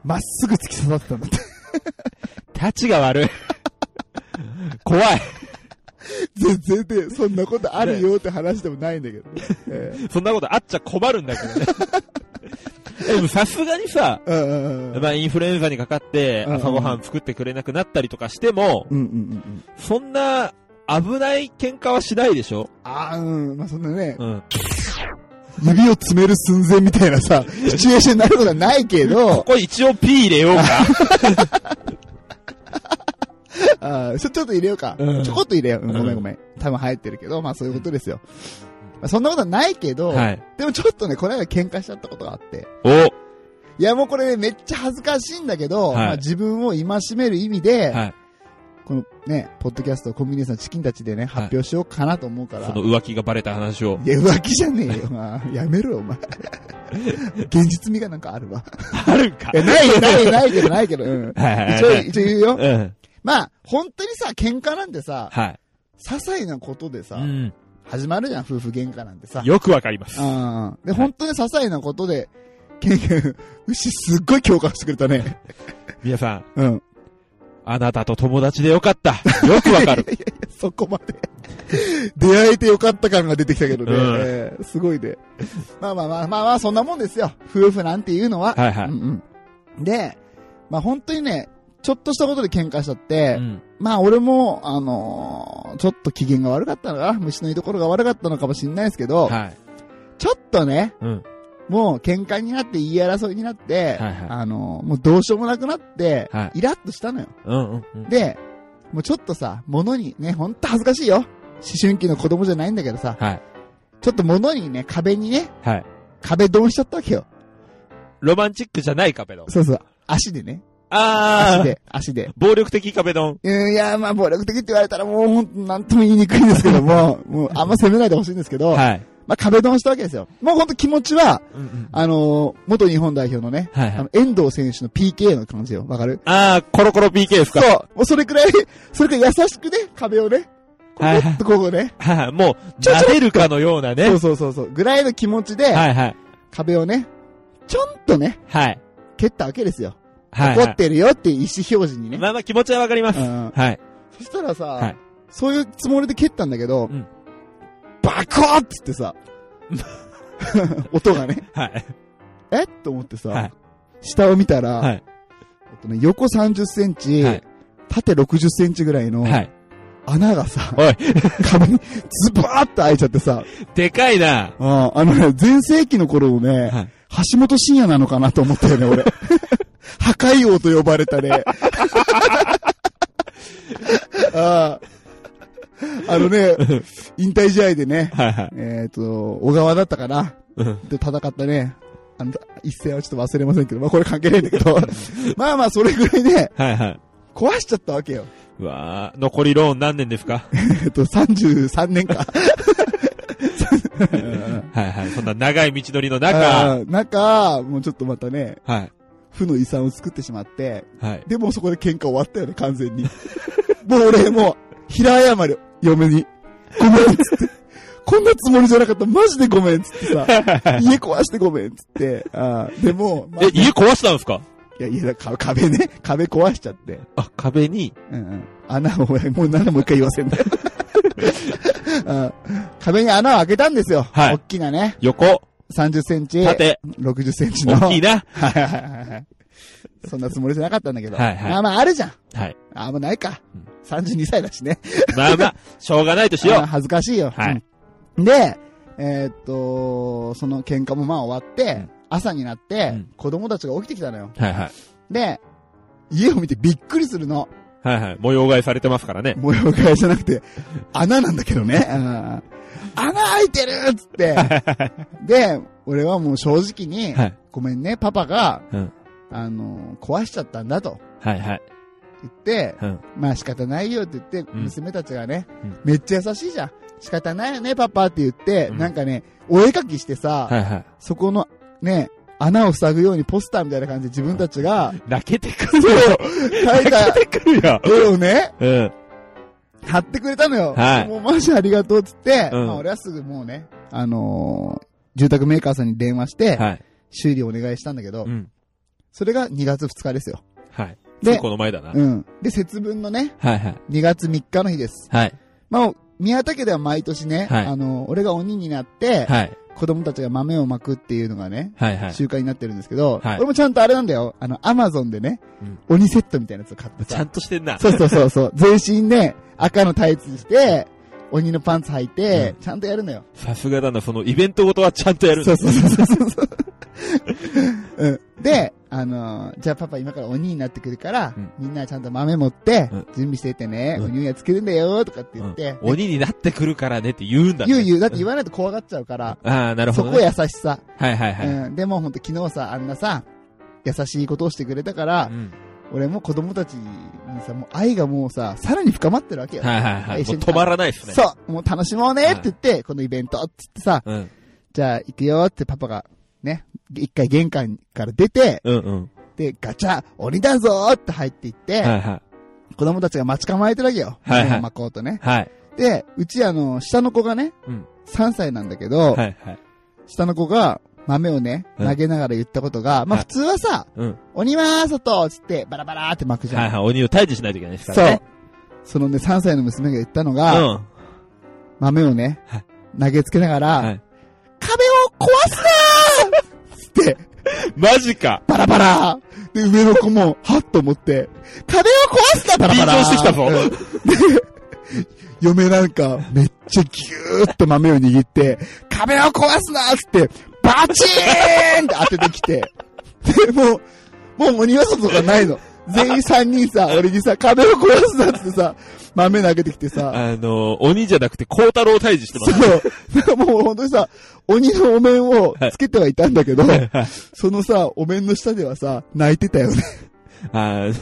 [SPEAKER 1] まっすぐ突き刺さってたんだって。
[SPEAKER 2] 立ちが悪い。 怖い。
[SPEAKER 1] 全然で、そんなことあるよって話でもないんだけど。えー
[SPEAKER 2] そんなことあっちゃ困るんだけ どね。でもさすがにさ、
[SPEAKER 1] うんうんうん
[SPEAKER 2] まあインフルエンザにかかって
[SPEAKER 1] うんうん
[SPEAKER 2] 朝ごはん作ってくれなくなったりとかしても、
[SPEAKER 1] うんうんうんうん。
[SPEAKER 2] そんな危ない喧嘩はしないでしょ
[SPEAKER 1] ああ、うん。まあ、そんなね、
[SPEAKER 2] うん。
[SPEAKER 1] 指を詰める寸前みたいなさ、シチュエーションになることはないけど
[SPEAKER 2] こ、こ一応 P 入れようか。
[SPEAKER 1] あーちょちょっと入れようか。
[SPEAKER 2] うん
[SPEAKER 1] ちょこっと入れよう。うん
[SPEAKER 2] うん
[SPEAKER 1] ごめんごめん。多分入ってるけど、まあそういうことですよ。まあそんなことはないけど、
[SPEAKER 2] はい。
[SPEAKER 1] でもちょっとね、この間喧嘩しちゃったことがあって。
[SPEAKER 2] お
[SPEAKER 1] いやもうこれね、めっちゃ恥ずかしいんだけど、
[SPEAKER 2] はい
[SPEAKER 1] まあ自分を戒める意味で、
[SPEAKER 2] はい。
[SPEAKER 1] このね、ポッドキャストコンビニエンスのチキンたちでね、発表しようかなと思うから。
[SPEAKER 2] その浮気がバレた話 を。
[SPEAKER 1] いや、浮気じゃねえよ。 まあ、やめろよ、お 前。現実味がなんかあるわ。
[SPEAKER 2] あるんか
[SPEAKER 1] いや、ないよ、ないよ、ないけど、ないけど。うん。
[SPEAKER 2] はいはい
[SPEAKER 1] 一
[SPEAKER 2] は
[SPEAKER 1] 応、
[SPEAKER 2] い。
[SPEAKER 1] 一応言うよ。
[SPEAKER 2] うん。
[SPEAKER 1] まあ、本当にさ、喧嘩なんてさ、
[SPEAKER 2] はい。
[SPEAKER 1] 些細なことでさ、
[SPEAKER 2] うん。
[SPEAKER 1] 始まるじゃん、夫婦喧嘩なんてさ。
[SPEAKER 2] よくわかります。
[SPEAKER 1] うん。で、本当に些細なことで、喧嘩、牛すっごい共感してくれたね。
[SPEAKER 2] 皆さん、
[SPEAKER 1] うん。
[SPEAKER 2] あなたと友達でよかった。よくわ かる。
[SPEAKER 1] いやいやいや、そこま で。出会えてよかった感が出てきたけどね。
[SPEAKER 2] うん
[SPEAKER 1] えーすごいね。まあまあまあまあまあ、そんなもんですよ。夫婦なんていうのは。
[SPEAKER 2] はいはい
[SPEAKER 1] うんうん、で、まあ本当にね、ちょっとしたことで喧嘩しちゃって、
[SPEAKER 2] うん。
[SPEAKER 1] まあ俺も、あのーちょっと機嫌が悪かったのかな、虫の居所が悪かったのかもしれないですけど、
[SPEAKER 2] はい。
[SPEAKER 1] ちょっとね、
[SPEAKER 2] うん。
[SPEAKER 1] もう喧嘩になって言い争いになって、
[SPEAKER 2] はいはい
[SPEAKER 1] あのーもうどうしようもなくなって、
[SPEAKER 2] は
[SPEAKER 1] イラッとしたのよ。
[SPEAKER 2] うんうんうん。
[SPEAKER 1] で、もうちょっとさ、物にね、ほんと恥ずかしいよ。思春期の子供じゃないんだけどさ、
[SPEAKER 2] はい。
[SPEAKER 1] ちょっと物にね、壁にね、
[SPEAKER 2] はい。
[SPEAKER 1] 壁ドンしちゃったわけよ。
[SPEAKER 2] ロマンチックじゃない壁ドン。
[SPEAKER 1] そうそう。足でね。
[SPEAKER 2] あ
[SPEAKER 1] 足
[SPEAKER 2] ー。
[SPEAKER 1] で、足で。
[SPEAKER 2] 暴力的壁ドン。
[SPEAKER 1] うんいや、まあ、暴力的って言われたらもう、ほんとなんとも言いにくいんですけ ども、もう、あんま責めないでほしいんですけど、
[SPEAKER 2] はい。
[SPEAKER 1] まあ、壁ドンしたわけですよ。もうほんと気持ちは、
[SPEAKER 2] うんうん。
[SPEAKER 1] あのー元日本代表のね、
[SPEAKER 2] はい
[SPEAKER 1] あ
[SPEAKER 2] はい
[SPEAKER 1] の、。遠藤選手の PK の感じよ。わかる
[SPEAKER 2] あー、コロコロ PK です
[SPEAKER 1] そ
[SPEAKER 2] か
[SPEAKER 1] う。もうそれくらい、 それくらい優しくね、壁をね、こ
[SPEAKER 2] は
[SPEAKER 1] う
[SPEAKER 2] い
[SPEAKER 1] グ
[SPEAKER 2] はい
[SPEAKER 1] ッとこうね、
[SPEAKER 2] はいはい。もう、
[SPEAKER 1] ちょちょっ
[SPEAKER 2] 撫
[SPEAKER 1] と
[SPEAKER 2] でるかのようなね
[SPEAKER 1] そ。うそうそうそう、ぐらいの気持ちで、
[SPEAKER 2] はいはい。
[SPEAKER 1] 壁をね、ちょんとね、
[SPEAKER 2] はい。
[SPEAKER 1] 蹴ったわけですよ。
[SPEAKER 2] はい
[SPEAKER 1] 怒
[SPEAKER 2] は
[SPEAKER 1] ってるよっていう意思表示に
[SPEAKER 2] い。
[SPEAKER 1] ね。
[SPEAKER 2] まあまあ気持ちはわかります。
[SPEAKER 1] うん
[SPEAKER 2] はい。
[SPEAKER 1] そしたらさ、
[SPEAKER 2] はい
[SPEAKER 1] そういうつもりで蹴ったんだけど、
[SPEAKER 2] うん
[SPEAKER 1] バコーっつって さ、音がね、
[SPEAKER 2] はい。
[SPEAKER 1] えっと思ってさ、
[SPEAKER 2] はい
[SPEAKER 1] 下を見たら、
[SPEAKER 2] はい。
[SPEAKER 1] えっとね、横30センチ、
[SPEAKER 2] はい
[SPEAKER 1] 縦60センチぐらいの
[SPEAKER 2] はい。
[SPEAKER 1] 穴がさ、
[SPEAKER 2] おい、
[SPEAKER 1] 壁にズバーっと開いちゃってさ、
[SPEAKER 2] でかいな。
[SPEAKER 1] ああのね、前世紀の頃のね、
[SPEAKER 2] はい
[SPEAKER 1] 橋本真也なのかなと思ったよね、 俺。破壊王と呼ばれたね。 あああのね、引退試合でね、
[SPEAKER 2] はいはい。
[SPEAKER 1] えっ、と、小川だったかな、
[SPEAKER 2] うん
[SPEAKER 1] で戦ったね、あの、一戦はちょっと忘れませんけど、まあこれ関係ないんだけど、まあまあそれぐらいね、
[SPEAKER 2] はいはい。
[SPEAKER 1] 壊しちゃったわけよ。
[SPEAKER 2] うわー、残りローン何年ですか
[SPEAKER 1] えっと、33年か。
[SPEAKER 2] はいはい。そんな長い道のりの
[SPEAKER 1] あ
[SPEAKER 2] 中。
[SPEAKER 1] あ中、もうちょっとまたね、
[SPEAKER 2] はい。
[SPEAKER 1] 負の遺産を作ってしまって、
[SPEAKER 2] はい。
[SPEAKER 1] でもうそこで喧嘩終わったよね、完 全に。もう俺、もう、平謝る、嫁に。ごめん、つって。こんなつもりじゃなかった、マジでごめん、つって さ。家壊してごめん、つって。あーでも、まあ
[SPEAKER 2] え、家壊したんですか
[SPEAKER 1] いや、家だ、か壁ね。壁壊しちゃって。
[SPEAKER 2] あ、壁に。
[SPEAKER 1] うんうん。穴を、もう何でもう一回言わせ んだよ。あー壁に穴を開けたんですよ。
[SPEAKER 2] はい
[SPEAKER 1] 大きなね。
[SPEAKER 2] 横、
[SPEAKER 1] 30センチ。
[SPEAKER 2] 縦、
[SPEAKER 1] 60センチの。
[SPEAKER 2] 大きいな。
[SPEAKER 1] はいはいはいはい。 そんなつもりじゃなかったんだけど。
[SPEAKER 2] はいはい
[SPEAKER 1] まあまあ、あるじゃん。
[SPEAKER 2] はい。
[SPEAKER 1] あんまないか
[SPEAKER 2] うん。
[SPEAKER 1] 32歳だしね。
[SPEAKER 2] まあまあ、しょうがないとしよ
[SPEAKER 1] あー
[SPEAKER 2] う。
[SPEAKER 1] 恥ずかしいよ。
[SPEAKER 2] はい
[SPEAKER 1] うんで、えーっと、その喧嘩もまあ終わって、朝になって、
[SPEAKER 2] うん
[SPEAKER 1] 子供たちが起きてきたのよ。
[SPEAKER 2] はいはい。
[SPEAKER 1] で、家を見てびっくりするの。
[SPEAKER 2] はいはい。模様替えされてますからね。
[SPEAKER 1] 模様替えじゃなくて、穴なんだけどね。うん穴開いてるっつ って。で、俺はもう正直に、
[SPEAKER 2] はい。
[SPEAKER 1] ごめんね、パパが、
[SPEAKER 2] うん
[SPEAKER 1] あの、壊しちゃったんだと
[SPEAKER 2] はいはい。
[SPEAKER 1] 言って、
[SPEAKER 2] うん。
[SPEAKER 1] まあ仕方ないよって言って、
[SPEAKER 2] ん
[SPEAKER 1] 娘たちがね、
[SPEAKER 2] うん
[SPEAKER 1] めっちゃ優しいじゃん。仕方ないよね、パパって言って、
[SPEAKER 2] うん
[SPEAKER 1] なんかね、お絵かきしてさ、
[SPEAKER 2] はいはい。
[SPEAKER 1] そこのね、穴を塞ぐようにポスターみたいな感じで自分たちが、
[SPEAKER 2] 泣けてくる
[SPEAKER 1] そう、描いた
[SPEAKER 2] 泣けてくるよ。
[SPEAKER 1] 絵をね、
[SPEAKER 2] うん。
[SPEAKER 1] 貼ってくれたのよ。
[SPEAKER 2] はい
[SPEAKER 1] もうマジありがとうっつって、
[SPEAKER 2] うん
[SPEAKER 1] まあ俺はすぐもうね、あのー住宅メーカーさんに電話して、
[SPEAKER 2] はい。
[SPEAKER 1] 修理お願いしたんだけど、
[SPEAKER 2] うん。
[SPEAKER 1] それが2月2日ですよ。
[SPEAKER 2] はい。
[SPEAKER 1] で
[SPEAKER 2] ついこの前だな。
[SPEAKER 1] うん。で、節分のね、
[SPEAKER 2] はいはい。
[SPEAKER 1] 2月3日の日です。
[SPEAKER 2] はい。
[SPEAKER 1] まあ、宮田家では毎年ね、
[SPEAKER 2] はい
[SPEAKER 1] あのー俺が鬼になって、
[SPEAKER 2] はい。
[SPEAKER 1] 子供たちが豆をまくっていうのがね、
[SPEAKER 2] はいはい。
[SPEAKER 1] 習慣になってるんですけど、
[SPEAKER 2] はい
[SPEAKER 1] 俺もちゃんとあれなんだよ。あの、アマゾンでね、
[SPEAKER 2] うん
[SPEAKER 1] 鬼セットみたいなやつを買って
[SPEAKER 2] ち
[SPEAKER 1] さ
[SPEAKER 2] ゃん。としてんな。
[SPEAKER 1] そうそうそう そう。全身ね、赤のタイツにして、鬼のパンツ履いて、ちゃんとやるのよ。
[SPEAKER 2] さすがだな、そのイベントごとはちゃんとやるん
[SPEAKER 1] そ
[SPEAKER 2] だ
[SPEAKER 1] うそうそうそうそう。うん、で、あのーじゃあパパ今から鬼になってくるから、
[SPEAKER 2] うん
[SPEAKER 1] みんなちゃんと豆持って、
[SPEAKER 2] うん
[SPEAKER 1] 準備しててね、
[SPEAKER 2] うん
[SPEAKER 1] 鬼はつけるんだよとかって言って、
[SPEAKER 2] うん鬼になってくるからねって言うんだね。
[SPEAKER 1] ゆうゆう、だって言わないと怖がっちゃうから、
[SPEAKER 2] ああ、 なるほ
[SPEAKER 1] そ
[SPEAKER 2] ど、
[SPEAKER 1] こ
[SPEAKER 2] ね。
[SPEAKER 1] 優しさ。
[SPEAKER 2] はいはいはい。
[SPEAKER 1] うん、でも本当昨日さ、あんなさ、優しいことをしてくれたから
[SPEAKER 2] う、ん
[SPEAKER 1] 俺も子供たちにさ、もう愛がもうさ、さらに深まってるわけよ。
[SPEAKER 2] はいはいはい。
[SPEAKER 1] 一
[SPEAKER 2] も
[SPEAKER 1] 緒
[SPEAKER 2] う
[SPEAKER 1] に
[SPEAKER 2] 止まらないですね。
[SPEAKER 1] そう、もう楽しもうねって言って、このイベントって言ってさ、
[SPEAKER 2] うん。
[SPEAKER 1] じゃあ行くよってパパが、ね、一回玄関から出て、
[SPEAKER 2] うんうん。
[SPEAKER 1] で、ガチャ、鬼だぞーって入っていって、
[SPEAKER 2] はいはい。
[SPEAKER 1] 子供たちが待ち構えてるわけよ。
[SPEAKER 2] はいはい
[SPEAKER 1] 豆をまこうとね。
[SPEAKER 2] はい。
[SPEAKER 1] で、うちあの、下の子がね、
[SPEAKER 2] うん
[SPEAKER 1] 3歳なんだけど、
[SPEAKER 2] はいはい。
[SPEAKER 1] 下の子が豆をね、
[SPEAKER 2] うん
[SPEAKER 1] 投げながら言ったことが、まあ
[SPEAKER 2] はい
[SPEAKER 1] 普通はさ、
[SPEAKER 2] うん。
[SPEAKER 1] 鬼は外っつって、バラバラーって巻くじゃん。
[SPEAKER 2] はいはい。鬼を退治しないといけないですか
[SPEAKER 1] そ
[SPEAKER 2] らね
[SPEAKER 1] う。。そのね、3歳の娘が言ったのが、豆をね
[SPEAKER 2] はい、
[SPEAKER 1] 投げつけながら、
[SPEAKER 2] はい
[SPEAKER 1] 壁を壊すなーつって、
[SPEAKER 2] うん。マジか。
[SPEAKER 1] バラバラで、上の子も、はっと思って、壁を壊すな、バラバラ
[SPEAKER 2] 臨場してきたぞ
[SPEAKER 1] うんで、嫁なんか、めっちゃぎゅーっと豆を握って、壁を壊すなつって、バチーンって当ててきて、で、もう、もう鬼は外とかないの。全員三人さ、俺にさ、壁を壊すなっつってさ、豆投げてきてさ、
[SPEAKER 2] あの、鬼じゃなくて、孝太郎退治してます。
[SPEAKER 1] そう。だからもう本当にさ、鬼のお面をつけてはいたんだけど、そのさ、お面の下ではさ、泣いてたよね。
[SPEAKER 2] あー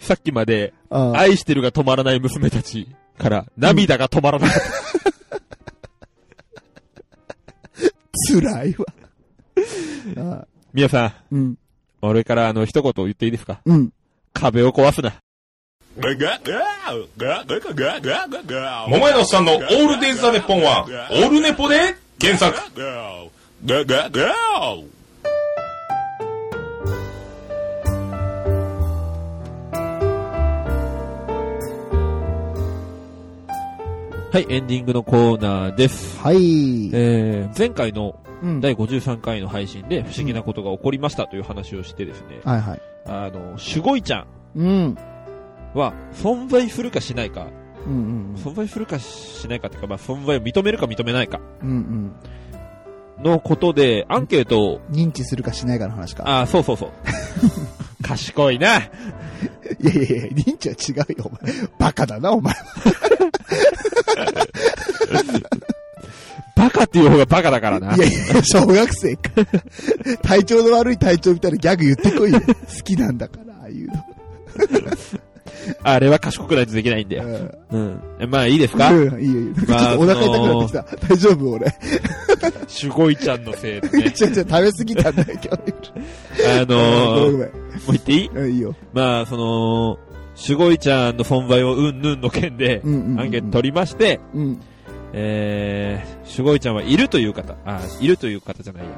[SPEAKER 2] さっきまで、
[SPEAKER 1] ああ
[SPEAKER 2] 愛してるが止まらない娘たちから、涙が止まらない。
[SPEAKER 1] 辛いわ。ああ
[SPEAKER 2] 皆さん、
[SPEAKER 1] うん、
[SPEAKER 2] 俺からあの、一言言っていいですか
[SPEAKER 1] うん。
[SPEAKER 2] 壁を壊すな。
[SPEAKER 5] 桃屋のおっさんのオールデイズ・ザ・ネッポンは、オールネポで原作。
[SPEAKER 2] はい、エンディングのコーナーです。
[SPEAKER 1] はい。
[SPEAKER 2] えー、前回の
[SPEAKER 1] うん。
[SPEAKER 2] 第53回の配信で不思議なことが起こりましたという話をしてですね、
[SPEAKER 1] はいはい。
[SPEAKER 2] あの、守護イちゃん
[SPEAKER 1] うん。
[SPEAKER 2] は存在するかしないか、
[SPEAKER 1] うんうん。
[SPEAKER 2] 存在するかしないかっていうか、まあ、存在を認めるか認めないか
[SPEAKER 1] うんうん。
[SPEAKER 2] のことで、アンケートを、
[SPEAKER 1] 認知するかしないかの話か。
[SPEAKER 2] あー、そう そうそう。賢いな。
[SPEAKER 1] いやいやいや、認知は違うよ、お前。バカだな、お前。
[SPEAKER 2] バカっていう方がバカだからな。
[SPEAKER 1] いやいや、小学生か。体調の悪い体調みたいなギャグ言ってこいよ。好きなんだから、ああいうの。
[SPEAKER 2] あれは賢くないとできないんだよ。
[SPEAKER 1] うん
[SPEAKER 2] うん。えまあいいですか
[SPEAKER 1] うん、いいよ、いいよ。なんかちょっとお腹痛くなってきた。大丈夫俺。
[SPEAKER 2] 守護イちゃんのせいで ね。
[SPEAKER 1] ちょ、ちょ、食べ過ぎたんだよ、今日。
[SPEAKER 2] あ
[SPEAKER 1] ごめん
[SPEAKER 2] のー、
[SPEAKER 1] ご
[SPEAKER 2] も
[SPEAKER 1] めん
[SPEAKER 2] う言っていい
[SPEAKER 1] うん。いいよ。
[SPEAKER 2] まあ、その、守護イちゃんの存在をうんぬんの件で、
[SPEAKER 1] うんうんうんうん
[SPEAKER 2] アンケート取りまして、
[SPEAKER 1] うん。
[SPEAKER 2] えー、守護イちゃんはいるという方、あ、いるという方じゃないや。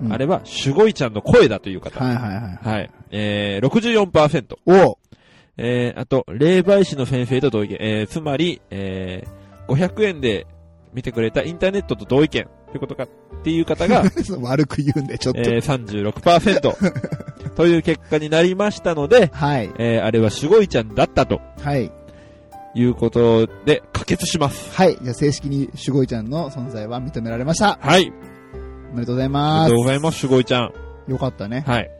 [SPEAKER 1] うん
[SPEAKER 2] あれは守護イちゃんの声だという方。
[SPEAKER 1] はいはいはい。
[SPEAKER 2] はい。えー、64%。
[SPEAKER 1] おう
[SPEAKER 2] えー、あと、霊媒師の先生と同意見。えー、つまり、えー、500円で見てくれたインターネットと同意見。ということか、っていう方が、
[SPEAKER 1] 悪く言うんで、ちょっと。
[SPEAKER 2] えー、36%。という結果になりましたので、
[SPEAKER 1] はい。
[SPEAKER 2] えー、あれは守護イちゃんだったと
[SPEAKER 1] はい。
[SPEAKER 2] いうことで、可決します。
[SPEAKER 1] はい。じゃあ正式に守護医ちゃんの存在は認められました。
[SPEAKER 2] はい。
[SPEAKER 1] おめでとうござい
[SPEAKER 2] おめ
[SPEAKER 1] ま
[SPEAKER 2] ですとう。ございます、守護イちゃん。
[SPEAKER 1] よかったね。
[SPEAKER 2] はい。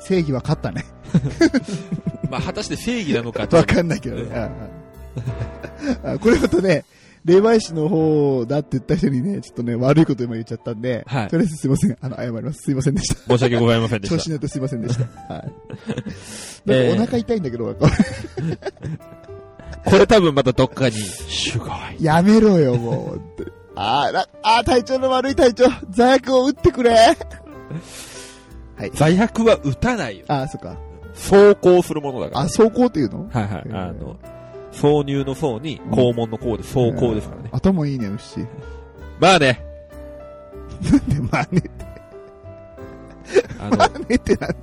[SPEAKER 1] 正義は勝ったね。
[SPEAKER 2] まあ、果たして正義なのかと
[SPEAKER 1] わ。かんないけどね。うんうんあこれまたね、霊媒師の方だって言った人にね、ちょっとね、悪いこと今言っちゃったんで、
[SPEAKER 2] はい
[SPEAKER 1] とりあえずすいません。あの、謝ります。すいませんでした。
[SPEAKER 2] 申し訳ございませんで
[SPEAKER 1] 調
[SPEAKER 2] し
[SPEAKER 1] 子
[SPEAKER 2] た。
[SPEAKER 1] に乗ってすいませんでした。 はい。な
[SPEAKER 2] えー
[SPEAKER 1] んかお腹痛いんだけど、
[SPEAKER 2] これ多分またどっかに、守護 イ。
[SPEAKER 1] やめろよ、もう。あーな、あー、体調の悪い体調、座薬を打ってくれ。
[SPEAKER 2] 罪悪は打たないよ。
[SPEAKER 1] あー、そっか。
[SPEAKER 2] 走行するものだから。
[SPEAKER 1] あ、走行っていうの
[SPEAKER 2] はいはい
[SPEAKER 1] え。ー
[SPEAKER 2] あの、挿入の層に、肛門の項で、
[SPEAKER 1] う
[SPEAKER 2] そうこうですからね。
[SPEAKER 1] 頭いいね、牛。 な
[SPEAKER 2] まあね、
[SPEAKER 1] んで、まあね、
[SPEAKER 2] あ
[SPEAKER 1] まあ
[SPEAKER 2] の、
[SPEAKER 1] ねってなんで。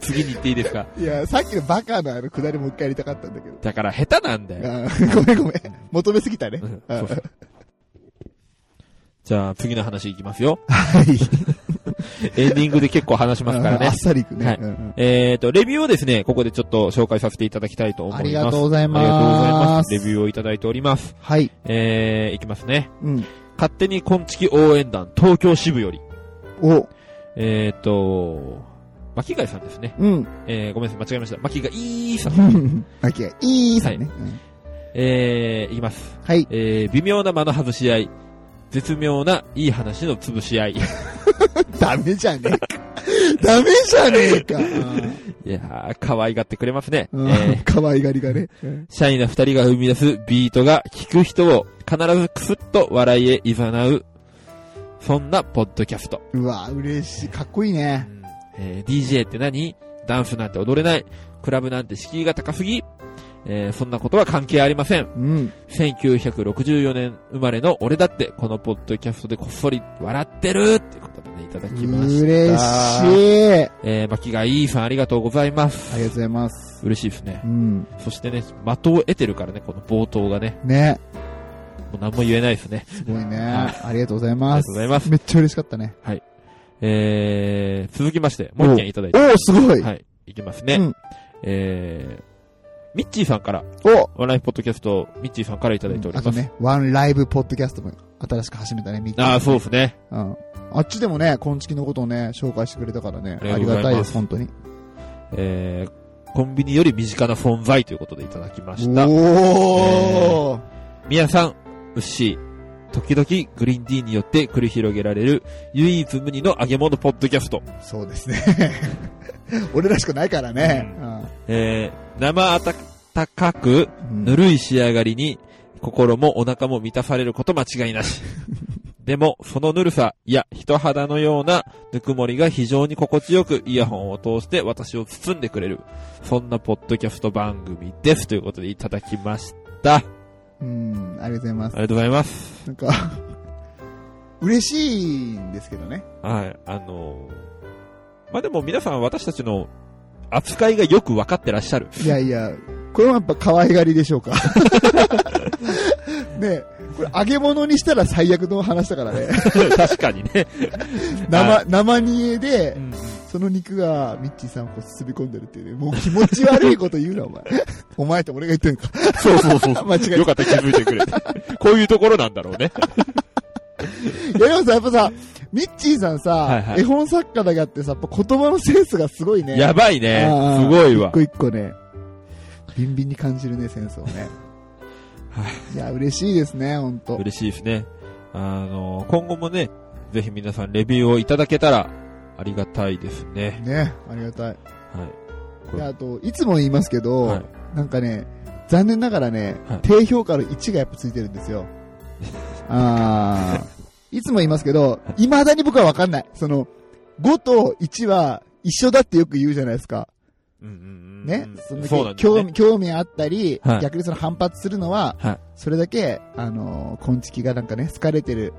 [SPEAKER 2] 次に行っていいですか。
[SPEAKER 1] いや、さっきのバカのあのくだりもう一回やりたかったんだけど。
[SPEAKER 2] だから下手なんだよ。
[SPEAKER 1] あーごめんごめん。求めすぎたね。
[SPEAKER 2] うん
[SPEAKER 1] あー
[SPEAKER 2] そうそう じゃあ、次の話いきますよ。
[SPEAKER 1] はい。
[SPEAKER 2] エンディングで結構話しますから
[SPEAKER 1] あーあ
[SPEAKER 2] ね
[SPEAKER 1] っ。さりいくね。
[SPEAKER 2] はい
[SPEAKER 1] うんうん
[SPEAKER 2] えっと、レビューをですね、ここでちょっと紹介させていただきたいと思います。
[SPEAKER 1] ありがとうございます
[SPEAKER 2] ありがとうございます。レビューをいただいております。
[SPEAKER 1] はい。
[SPEAKER 2] えー、いきますね。
[SPEAKER 1] うん。
[SPEAKER 2] 勝手に昆虫応援団東京支部より、
[SPEAKER 1] お、
[SPEAKER 2] えっ、ー、と、巻貝さんですね。
[SPEAKER 1] うん。
[SPEAKER 2] えー、ごめんなさい、間違えました。巻貝さん。
[SPEAKER 1] オッケー。いいさね。うん
[SPEAKER 2] えー、いきます。
[SPEAKER 1] はい。
[SPEAKER 2] えー、微妙な間の外し合い。絶妙ないい話の潰し合い。い
[SPEAKER 1] ダメじゃねえか。 ダメじゃねえ か。
[SPEAKER 2] やー、可愛がってくれますね。え
[SPEAKER 1] うん
[SPEAKER 2] ー、
[SPEAKER 1] 可愛がりがね。
[SPEAKER 2] シャイな二人が生み出すビートが聞く人を必ずクスッと笑いへ誘う。そんなポッドキャスト。
[SPEAKER 1] うわ、嬉しい。かっこいいね。
[SPEAKER 2] えー DJ って何ダンスなんて踊れない。クラブなんて敷居が高すぎ。えーそんなことは関係ありません。
[SPEAKER 1] うん。
[SPEAKER 2] 1964年生まれの俺だって、このポッドキャストでこっそり笑ってるっていうことでね、いただきました。
[SPEAKER 1] 嬉
[SPEAKER 2] い。
[SPEAKER 1] しい。あ
[SPEAKER 2] えー、巻貝さんありがとうございます。
[SPEAKER 1] りがとうございます。
[SPEAKER 2] 嬉しいですね
[SPEAKER 1] う。ん。
[SPEAKER 2] そしてね、的を得てるからね、この冒頭がね、
[SPEAKER 1] ね。
[SPEAKER 2] もう何も言えないですね。
[SPEAKER 1] すごいね。
[SPEAKER 2] は
[SPEAKER 1] ありがとうございます。
[SPEAKER 2] ありがとうございます
[SPEAKER 1] めっちゃ嬉しかったね。
[SPEAKER 2] えー、続きまして、もう一件いただい
[SPEAKER 1] お
[SPEAKER 2] て。
[SPEAKER 1] お、すごい。
[SPEAKER 2] はい、いきますね。
[SPEAKER 1] うん
[SPEAKER 2] えー、ミッチーさんから、
[SPEAKER 1] お
[SPEAKER 2] ワンライフポッドキャスト、ミッチーさんからいただいており
[SPEAKER 1] あ
[SPEAKER 2] ま
[SPEAKER 1] と
[SPEAKER 2] す。
[SPEAKER 1] ね、ワンライブポッドキャストも新しく始めたね、ミッキー
[SPEAKER 2] ああ、そうですね。
[SPEAKER 1] うん。あっちでもね、昆虫のことをね、紹介してくれたからね、
[SPEAKER 2] あ
[SPEAKER 1] あり
[SPEAKER 2] りがとうご
[SPEAKER 1] が
[SPEAKER 2] ざ
[SPEAKER 1] た
[SPEAKER 2] い
[SPEAKER 1] い
[SPEAKER 2] ま
[SPEAKER 1] ですす、本当に。
[SPEAKER 2] えー、コンビニより身近な存在ということでいただきました。
[SPEAKER 1] おー
[SPEAKER 2] みやさん、うっしー、時々グリーンディーによって繰り広げられる唯一無二の揚げ物ポッドキャスト。
[SPEAKER 1] そうですね。 俺らしくないからね。
[SPEAKER 2] えー、生温かく、
[SPEAKER 1] うん
[SPEAKER 2] ぬるい仕上がりに、心もお腹も満たされること間違いなし。 でも、そのぬるさ、いや、人肌のようなぬくもりが非常に心地よくイヤホンを通して私を包んでくれる。そんなポッドキャスト番組です。ということでいただきました。あ
[SPEAKER 1] うん、ありがとうございます。
[SPEAKER 2] りがとうございます。
[SPEAKER 1] なんか、嬉しいんですけどね。
[SPEAKER 2] はい、あのーまあ、でも皆さん私たちの扱いがよくわかってらっしゃる。
[SPEAKER 1] いやいや、これはやっぱ可愛がりでしょう か。ねえこれ揚げ物にしたら最悪の話だからね。
[SPEAKER 2] 確かにね。
[SPEAKER 1] 生、生煮えで
[SPEAKER 2] う、ん
[SPEAKER 1] その肉がミッチーさんをこう包み込んでるっていうね、もう気持ち悪いこと言うな、お 前。お前って俺が言ってるのか。
[SPEAKER 2] そうそうそう。
[SPEAKER 1] 間違えた
[SPEAKER 2] よかった、気づいてくれて。こういうところなんだろうね。
[SPEAKER 1] いやでもさ、やっぱさ、ミッチーさんさ、
[SPEAKER 2] はいはい
[SPEAKER 1] 絵本作家だけあってさ、やっぱ言葉のセンスがすごいね。
[SPEAKER 2] やばいね。
[SPEAKER 1] あー
[SPEAKER 2] すごいわ
[SPEAKER 1] 一。個一個ね、ビンビンに感じるね、センスをね。
[SPEAKER 2] はい
[SPEAKER 1] や、嬉しいですね、ほんと。
[SPEAKER 2] 嬉しいですね。あの、今後もね、ぜひ皆さんレビューをいただけたらありがたいですね。
[SPEAKER 1] ね、ありがたい。
[SPEAKER 2] はい。
[SPEAKER 1] いや、あと、いつも言いますけど、
[SPEAKER 2] はい
[SPEAKER 1] なんかね、残念ながらね、
[SPEAKER 2] はい
[SPEAKER 1] 低評価の1がやっぱついてるんです よ。あー。いつも言いますけど、未だに僕はわかんない。その、5と1は一緒だってよく言うじゃないですか。
[SPEAKER 2] うんうんうん
[SPEAKER 1] ね。その
[SPEAKER 2] そうなんです
[SPEAKER 1] 興
[SPEAKER 2] ね
[SPEAKER 1] 味。興味あったり、
[SPEAKER 2] はい
[SPEAKER 1] 逆にその反発するのは、
[SPEAKER 2] はい
[SPEAKER 1] それだけ、あのー、昆虫がなんかね、好かれてる、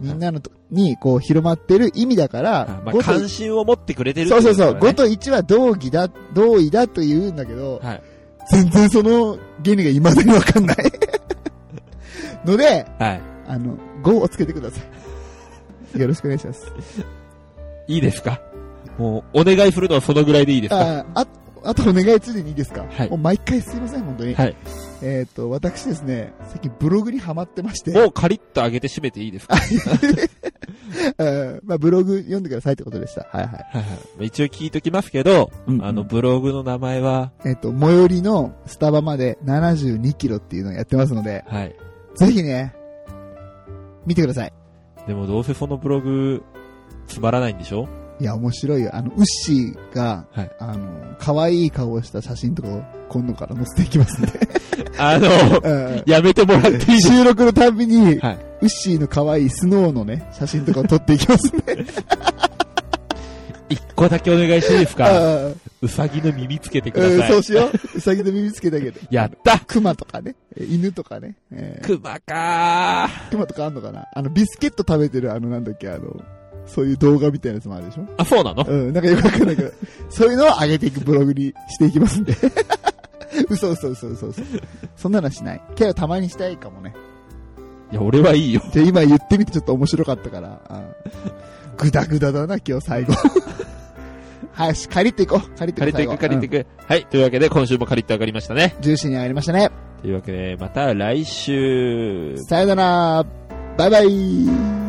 [SPEAKER 1] みんなのと、に、こう、広まってる意味だから、
[SPEAKER 2] あまあ、
[SPEAKER 1] 5と
[SPEAKER 2] 関心を持ってくれてる
[SPEAKER 1] そうそうそう、5
[SPEAKER 2] と
[SPEAKER 1] と1は同義だ、同意だと言うんだけど、
[SPEAKER 2] はい。
[SPEAKER 1] 全然その原理が未だにわか んない。ので、
[SPEAKER 2] は
[SPEAKER 1] あの、5をつけてください。よろしくお願いします。
[SPEAKER 2] い。いいですかもう、お願いするのはそのぐらいでいいですか
[SPEAKER 1] ああ、あとお願いついでにいいですか
[SPEAKER 2] はい
[SPEAKER 1] もう毎回すいません、本当に。
[SPEAKER 2] はい。
[SPEAKER 1] えっ、と、私ですね、最近ブログにハマってまして、
[SPEAKER 2] もうカリッと上げて締めていいですか
[SPEAKER 1] うんまあ、ブログ読んでくださいってことでした。はいはい。
[SPEAKER 2] はいはい。一応聞いときますけど、
[SPEAKER 1] うんうん
[SPEAKER 2] あの、ブログの名前は、
[SPEAKER 1] えっ、と、最寄りのスタバまで72キロっていうのをやってますので、
[SPEAKER 2] はい。
[SPEAKER 1] ぜひね、見てください。
[SPEAKER 2] でもどうせそのブログ、つまらないんでしょ
[SPEAKER 1] いや、面白いよ。あの、ウッシーが、
[SPEAKER 2] はい
[SPEAKER 1] あの、可愛い顔をした写真とかを今度から載せていき ますんで。
[SPEAKER 2] あ の、
[SPEAKER 1] うん
[SPEAKER 2] やめてもらっていいです
[SPEAKER 1] 収録のたんびに、
[SPEAKER 2] かはい。
[SPEAKER 1] ウッシーの可愛いスノーのね、写真と かを撮っていきますんで。
[SPEAKER 2] 一個だけお願いしていいです か
[SPEAKER 1] あー
[SPEAKER 2] ううさぎの耳つけてくだ
[SPEAKER 1] うん、
[SPEAKER 2] さい。
[SPEAKER 1] そうしよう。うさぎの耳つけてあげる。
[SPEAKER 2] やった
[SPEAKER 1] 熊とかね。え犬とかね。えー
[SPEAKER 2] 熊か
[SPEAKER 1] 熊とかあんのかなあの、ビスケット食べてる、あの、なんだっけ、あの、そういう動画みたいなやつもあるでしょ
[SPEAKER 2] ー。あ、そうなの
[SPEAKER 1] うん、なんかよくわかんないけど、そういうのを上げていくブログにしていきますんで。 嘘嘘嘘嘘嘘。そんなのはしない。けどたまにしたいかもね。
[SPEAKER 2] いや、俺はいい よ。
[SPEAKER 1] じゃあ今言ってみてちょっと面白かったから。うんグダグダだな、今日最後。 はい、し借りていこう。借りて
[SPEAKER 2] 借
[SPEAKER 1] いこ。
[SPEAKER 2] りていうく、借りていく。はい、というわけで今週も借りて上がりましたね。
[SPEAKER 1] うん。ジューシーにありましたね。
[SPEAKER 2] というわけで、また来週。
[SPEAKER 1] さよなら。バイバイ。